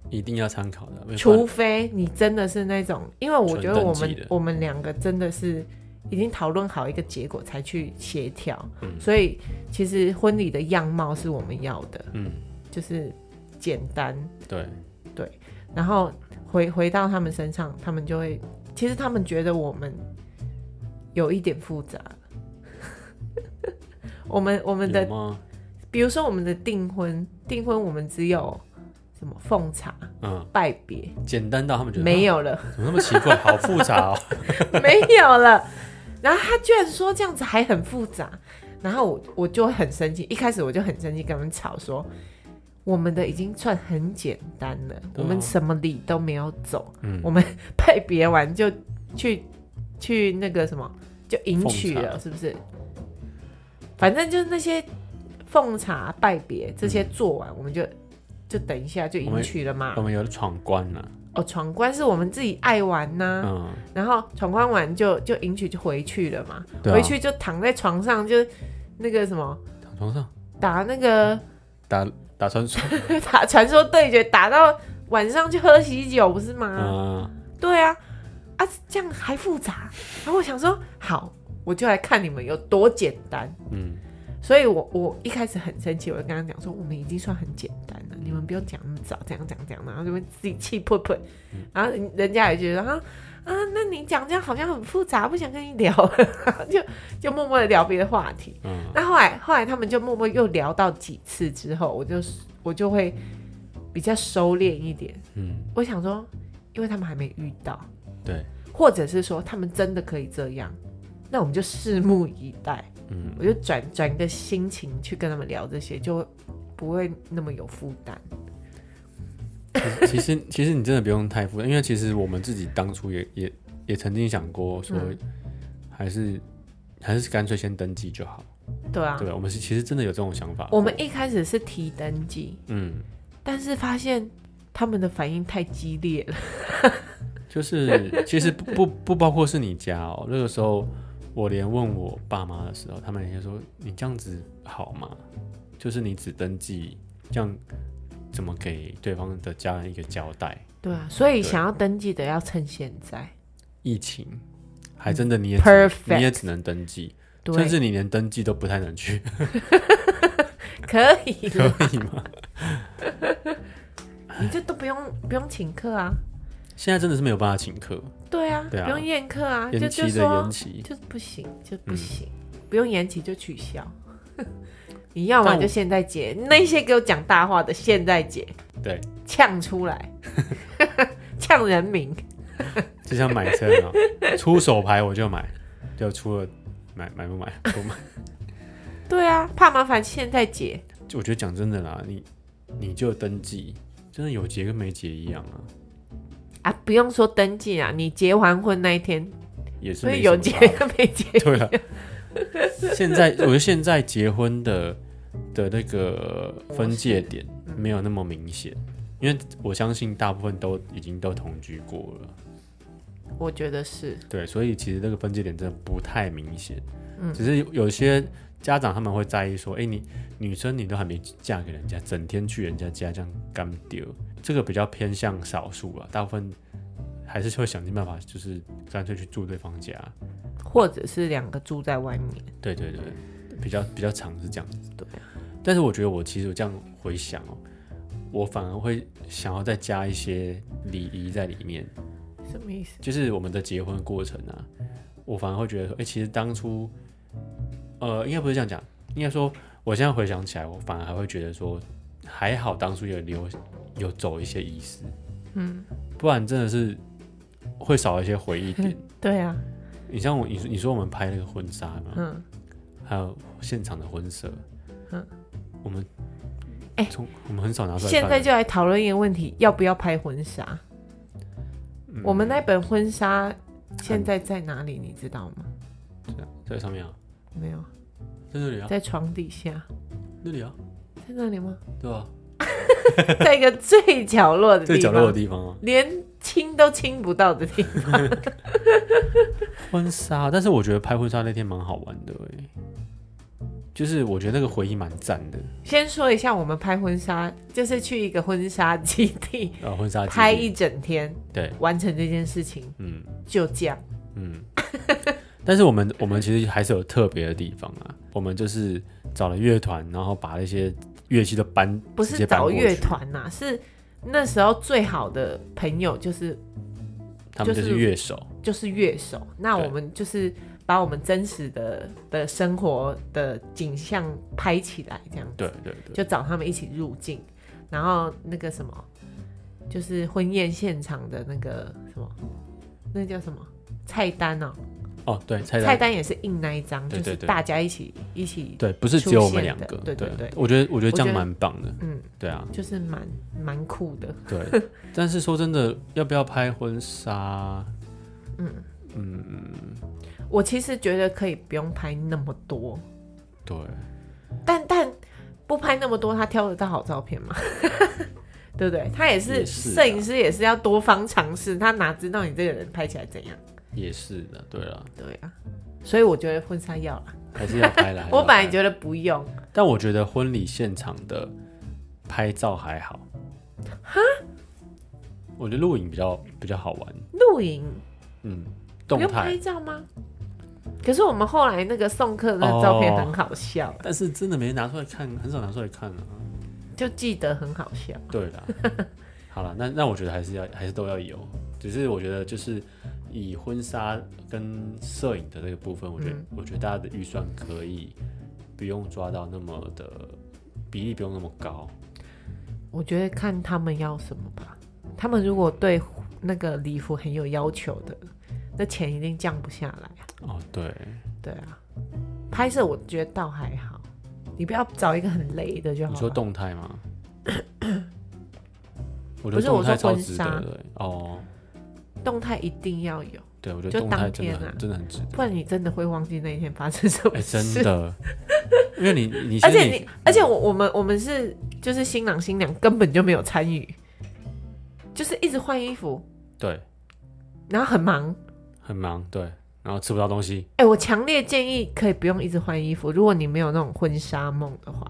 一定要参考的，嗯没
除
办
非你真的是那种，因为我觉得我
纯登
们
记的
我们两个真的是已经讨论好一个结果才去协调，
嗯
所以其实婚礼的样貌是我们要的，
嗯，
就是简单，
对，
然后回回到他们身上，他们就会，其实他们觉得我们有一点复杂， 我们我们的
有吗？
比如说我们的订婚，订婚我们只有什么奉茶、
嗯，
拜别，
简单到他们觉得
没
有，
有了，
怎么那么奇怪， 好复杂哦。
没有了。然后他居然说这样子还很复杂，然后我我就很生气，一开始我就很生气，跟他们吵说，我们的已经算很简单了，我们什么礼都没有走，
嗯
我们拜别完就去去那个什么就迎娶
奉茶
了，是不是？反正就是那些奉茶拜别这些做完，我们就就等一下就
嗯我们
迎娶了嘛
我。们有闯关了、
哦，闯关是我们自己爱玩呐、
嗯，
然后闯关完就就迎娶就回去了嘛，
对啊
回去就躺在床上就那个什么
躺床上
打那个
打打传说，
打传说对决，打到晚上去喝喜酒不是吗？
嗯，
对啊，啊这样还复杂。然后我想说，好，我就来看你们有多简单。
嗯，
所以我我一开始很生气，我就跟他讲说，我们已经算很简单了，你们不用讲那么早，这样讲这样，然后就会自己气破破，
嗯
然后人家也觉得啊啊，那你讲这样好像很复杂，不想跟你聊， 就就默默的聊别的话题。
嗯
那后来后来他们就默默又聊到几次之后，我就我就会比较收敛一点。
嗯，
我想说，因为他们还没遇到，
对，
或者是说他们真的可以这样，那我们就拭目以待。
嗯
我就转转个心情去跟他们聊这些，就不会那么有负担。
其实其实你真的不用太复杂，因为其实我们自己当初也也也曾经想过说，
嗯
还是、还是干脆先登记就好，
对啊，
对啊吧？我们是其实真的有这种想法，
我们一开始是提登记，
嗯，
但是发现他们的反应太激烈了。
就是其实不不不包括是你家哦，那个时候我连问我爸妈的时候，他们也说你这样子好吗？就是你只登记这样。怎么给对方的家人一个交代？
对啊，所以
对
想要登记的要趁现在。
疫情，还真的你也只能
Perfect
你也只能登记，甚
对，
至你连登记都不太能去，
可以
可
了，
以吗？
你就都不用不用请客啊。
现在真的是没有办法请客，
对啊，
对啊
不用宴客啊，就
延
就
期的延
说
期。
就是不行，就
嗯
不行，不用延期就取消。 你要么
但我
就现在结，那些给我讲大话的现在结。
对，
呛出来， 呛 人民。
就像买车啊，出手牌我就买，就出了买买不买不买。
对啊，怕麻烦现在解。
就我觉得讲真的啦，你你就登记，真的有结跟没结一样啊，
啊，不用说登记啊，你结完婚那一天，
也是
所
没
以
什么
有结
差
跟没结，
对了，现在我觉得现在结婚的的那个分界点没有那么明显，因为我相信大部分都已经都同居过了，
我觉得是
对，所以其实这个分界点真的不太明显，
嗯
只是有有些家长他们会在意说，哎、你女生你都还没嫁给人家，整天去人家家这样干丢，这个比较偏向少数啊，大部分还是会想尽办法，就是干脆去住对方家，
或者是两个住在外面。
对对对，比较比较长是这样子。
嗯对
但是我觉得我其实我这样回想哦，我反而会想要再加一些礼仪在里面，
什么意思？
就是我们的结婚过程啊，我反而会觉得说，哎、其实当初，呃，应该不是这样讲，应该说，我现在回想起来，我反而还会觉得说，还好当初有留有走一些仪式，嗯，不然真的是会少一些回忆 点。
对啊，
你像我，你说你说我们拍那个婚纱嘛，
嗯，
还有现场的婚摄，
嗯
我们
哎
从我们很少拿出来
现在
看
就来讨论一个问题，要不要拍婚纱？
嗯
我们那本婚纱现在在哪里？你知道吗？
在上面啊，
没有，
在这里啊，
在床底下，
那里啊，
在那里吗？
对吧、
在一个最角落的
最
地
角落的
方，
地方啊，
连亲都亲不到的地方。
婚纱。但是我觉得拍婚纱那天蛮好玩的哎、就是我觉得那个回忆蛮赞的。
先说一下，我们拍婚纱就是去一个婚纱基地
然后呃婚纱基地
拍一整天，
对，
完成这件事情
嗯
就这样。
嗯。但是我们我们其实还是有特别的地方啊，我们就是找了乐团，然后把那些乐器都搬，
不
直
是
接搬
找
过去
乐，团呐，是那时候最好的朋友就是
他们就
就是
是乐手，
就是乐手，那
对
我们就是把我们真实的的生活的景象拍起来，这样
对对对，
就找他们一起入境，然后那个什么，就是婚宴现场的那个什么，那叫什么菜单哦，
哦对，菜
菜单也是印那一张，
对
就
对
是
对
大家一起一起，
对，不是只有我们
出现
两
的
个，
对对对
我觉得我觉得这
我觉
样
得
蛮棒的，
嗯，
对啊，
就是蛮蛮酷的，
对。 但是说真的，要不要拍婚纱？
我其实觉得可以不用拍那么多，
对，
但但不拍那么多，他挑得到好照片吗？ 对不对？他也是
也是啊
摄影师，也是要多方尝试，他哪知道你这个人拍起来怎样？
也是的，对啊，
对啊，所以我觉得婚纱要啦。
还是要拍 啦。还是
我
要
本来
拍
觉得不用，
但我觉得婚礼现场的拍照还好。哈？我觉得录影比较比较好玩，
露营
嗯，
不
动
用拍
态。
照吗？可是我们后来那个送客那个照片很好笑，
但是真的没拿出来看，很少拿出来看啊。
就记得很好笑。
对 啦，好了，那那我觉得还是要还是都要有，只是我觉得就是以婚纱跟摄影的这个部分，我觉得、
嗯
我觉得大家的预算可以不用抓到那么的比例不用那么高，
我觉得看他们要什么吧。他们如果对那个礼服很有要求的，那钱一定降不下来。
哦，对，
对啊，拍摄我觉得倒还好，你不要找一个很雷的就好
你
了。
说动态 吗？我觉
不
得
是我
动态
说
超
婚
值得
纱
的、欸哦，
动态一定要有，
对，我觉得
就
动态
当
真的
天
很、
啊
真的很值
不
得，
然你真的会忘记那一天发生什么
哎、
事。
真 的，因为你你
而
其
且
实
你，而且我我们我们是就是新郎新娘根本就没有参与，就是一直换衣服，
对
然后很忙。
很忙，对，然后吃不到东西，
哎、我强烈建议可以不用一直换衣服，如果你没有那种婚纱梦的话，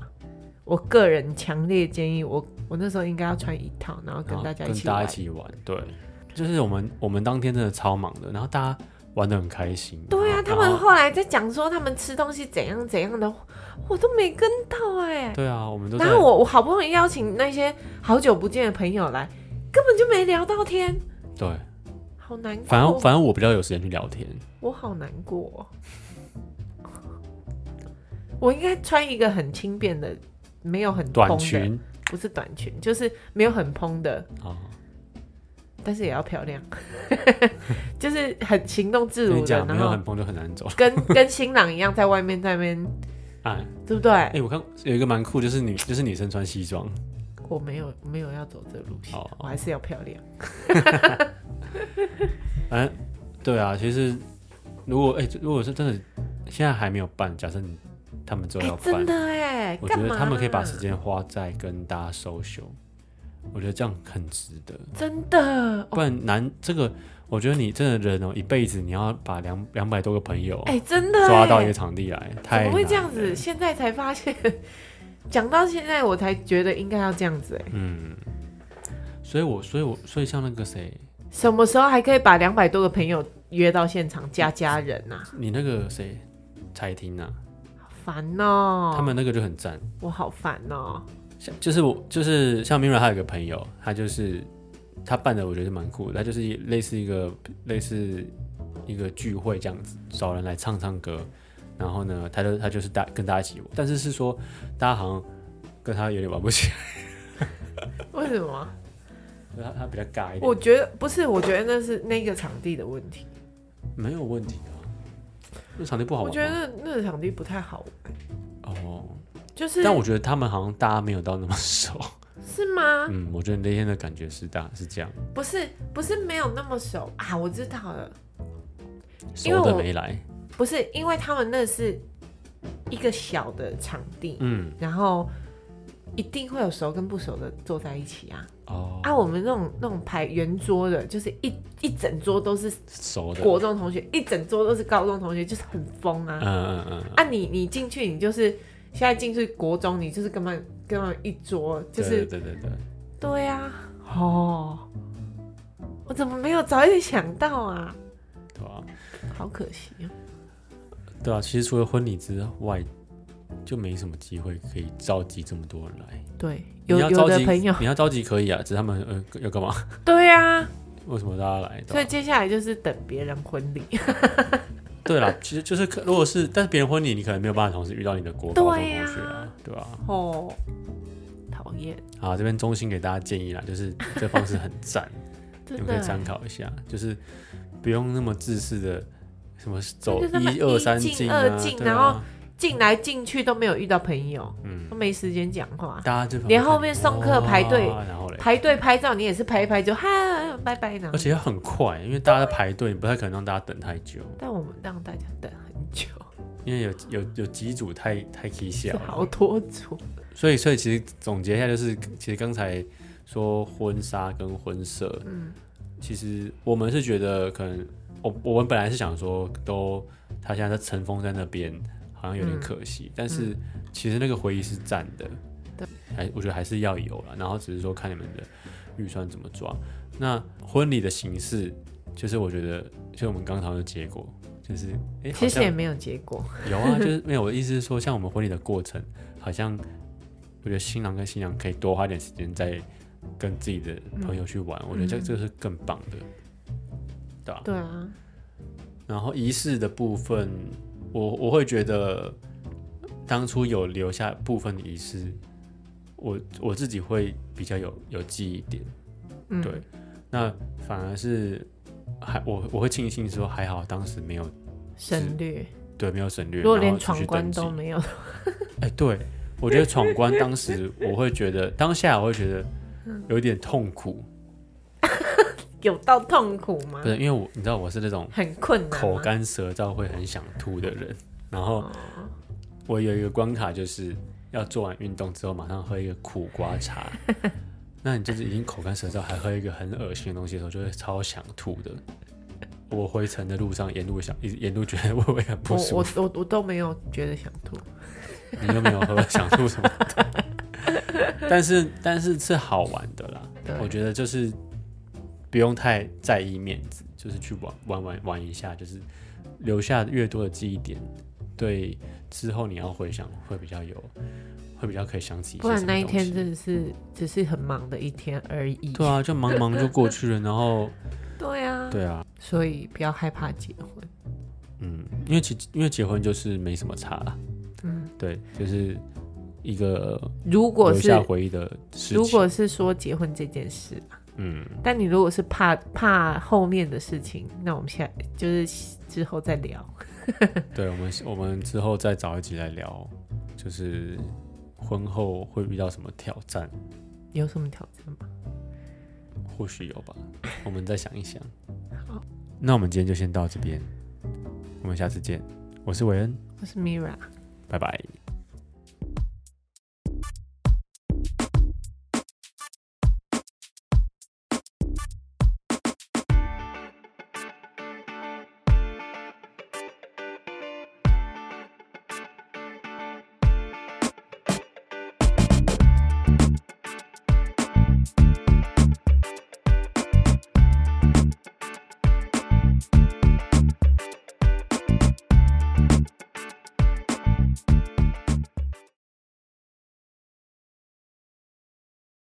我个人强烈建议我我那时候应该要穿一套，然后
然
跟
后
大家一起
大家
玩
一。起玩，对，就是我们我们当天真的超忙的，然后大家玩的很开心。
对啊，
然
他
后
们
然后
后来在讲说他们吃东西怎样怎样的，我都没跟到哎、
对啊，我们都在
然后我我好不容易邀请那些好久不见的朋友来，根本就没聊到天，
对，
好难过。
反正反正我比较有时间去聊天，
我好难过哦、 我应该穿一个很轻便的，没有很蓬
短
的，
裙
不是短裙，就是没有很蓬的，
啊，
但是也要漂亮， 就是很行动自
跟
如
你
的，
讲没
然
有
后
很蓬就很难走。
跟跟新郎一样在外面在那边，
哎
对不对？
哎，我看有一个蛮酷，就是女就是女生穿西装，
我没有没有要走这个路线，
哦
我还是要漂亮。
反正对啊，其实如果哎如果是真的现在还没有办，假设你他们之后
哎、
要办
真，的哎，
我觉
干
得
嘛啊
他们可以把
啦
时间花在跟大家 social，我觉得这样很值得。
真的
不然难这个，我觉得你真的人哦，一辈子你要把两两百多个朋友
哎、真的哎
抓到一个场地来，太
怎么会这
难
样
了
子？？现在才发现，讲到现在我才觉得应该要这样子哎、
嗯，所以我所以我所以像那个谁，
什么时候还可以把两百多个朋友约到现场加家人啊？
你那个谁，彩婷啊，
好烦哦、
他们那个就很赞。
我好烦哦、
像就是我就是像 Mira，他有个朋友，他就是他办的，我觉得蛮酷的。他就是类似一个类似一个聚会这样子，找人来唱唱歌，然后呢，他就他就是大跟大家一起玩，但是是说大家好像跟他有点玩不起来。
为什么？
他他比较尬一
我
点，
觉得不是，我觉得那是那个场地的问题。
没有问题啊。那场地不好
我
玩
觉
吗
得那那个场地不太好玩，
哦，
就是啊
但我觉得他们好像大家没有到那么熟。
是吗？
嗯，我觉得那天的感觉是大是这样，
不是不是没有那么熟啊，我知道了，因为
熟
我
的没来。
不是因为他们那是一个小的场地，
嗯，
然后一定会有熟跟不熟的坐在一起啊。
哦，
啊，我们那种那种排圆桌的，就是一一整桌都是
熟的。
国中同学，一整桌都是高中同学，就是很疯啊。
嗯嗯嗯嗯，
啊你，你进去，你就是现在进去国中，你就是跟他们跟他们一桌，就是
对对对对，
对呀、啊，哦，我怎么没有早一点想到啊？
对啊，
好可惜哦、
对啊。其实除了婚礼之外，就没什么机会可以召集这么多人来。
对，
你
有
要
有
召
的
集
朋友，
你要召集可以啊，只是他们呃要干嘛？
对啊，
为什么大家来？对吧
所以
啊
接下来就是等别人婚礼。
对啦，其实就是可如果是，但是别人婚礼你可能没有办法同时遇到你的国高中同
对呀
学啊，对吧、
哦，讨厌，
好，这边衷心给大家建议啦，就是这方式很赞， 你
真
们可以
的
参考一下，就是不用那么自私的什么走
就是那么
一二三
一进
进
二
啊，
进
对
然
啊
后进来进去都没有遇到朋友，
嗯，
都没时间讲话，
大家就
连后面上课排队
哇然后嘞，
排队拍照你也是拍一拍就哈拜拜呢
而。且要很快，因为大家在排队，你不太可能让大家等太久，
但我们让大家等很久，
因为有有有几组太太 K 笑
是
了，
好多组，
所以，所以其实总结一下，就是其实刚才说婚纱跟婚摄，
嗯，
其实我们是觉得可能我我们本来是想说都他现在在尘封在那边，好像有点可惜，但是其实那个回忆是赞的，
嗯对
还我觉得还是要有了，然后只是说看你们的预算怎么抓。那婚礼的形式，就是我觉得就我们刚讨论的结果，就是哎，好
其实
像
也没有结果，
有 啊，就是没有。我的意思是说，像我们婚礼的过程，好像我觉得新郎跟新娘可以多花点时间在跟自己的朋友去玩，我觉得这
嗯
这个是更棒的，对吧、
对啊，
然后仪式的部分，我我会觉得当初有留下部分的仪式，我我自己会比较有有记忆点。
嗯，
对，那反而是还我我会庆幸说，还好当时没有
省略，
对没有省略，
如果
然后
连
出
闯
去
关
登记
都没有，
哎、对，我觉得闯关当时我会觉得，当下我会觉得
嗯
有点痛苦，
有到痛苦吗
不？是因为我你知道我是那种
很困难
口
吗？哦
干舌燥会很想吐的人，然后我有一个关卡就是要做完运动之后马上喝一个苦瓜 茶，那你就是已经口干舌燥，还喝一个很恶心的东西的时候，就会超想吐的。我回程的路上，沿路想，一直沿路觉得胃很不
我
舒服。
我我我都没有觉得想吐，
你又没有喝，想吐什么吐？ 但是但是是好玩的啦
对，
我觉得就是不用太在意面子，就是去玩玩玩玩一下，就是留下越多的记忆点，对之后你要回想会比较有，会比较可以想起一些
不
什
然
么
那一
东西
天真的是只是很忙的一天而已。
对啊，就忙忙就过去了，然后
对啊，
对啊，
所以不要害怕结婚。
嗯，因为结因为结婚就是没什么差啦，
嗯，
对，就是一个
如果
留
是
下回忆的事情，
如果是说结婚这件事啊，
嗯。
但你如果是怕怕后面的事情，那我们现在就是之后再聊。
对，我们我们之后再找一集来聊，就是婚后会遇到什么挑战，
有什么挑战吗？
或许有吧，我们再想一想。那我们今天就先到这边，我们下次见。我是韦恩，
我是 Mira。
拜拜。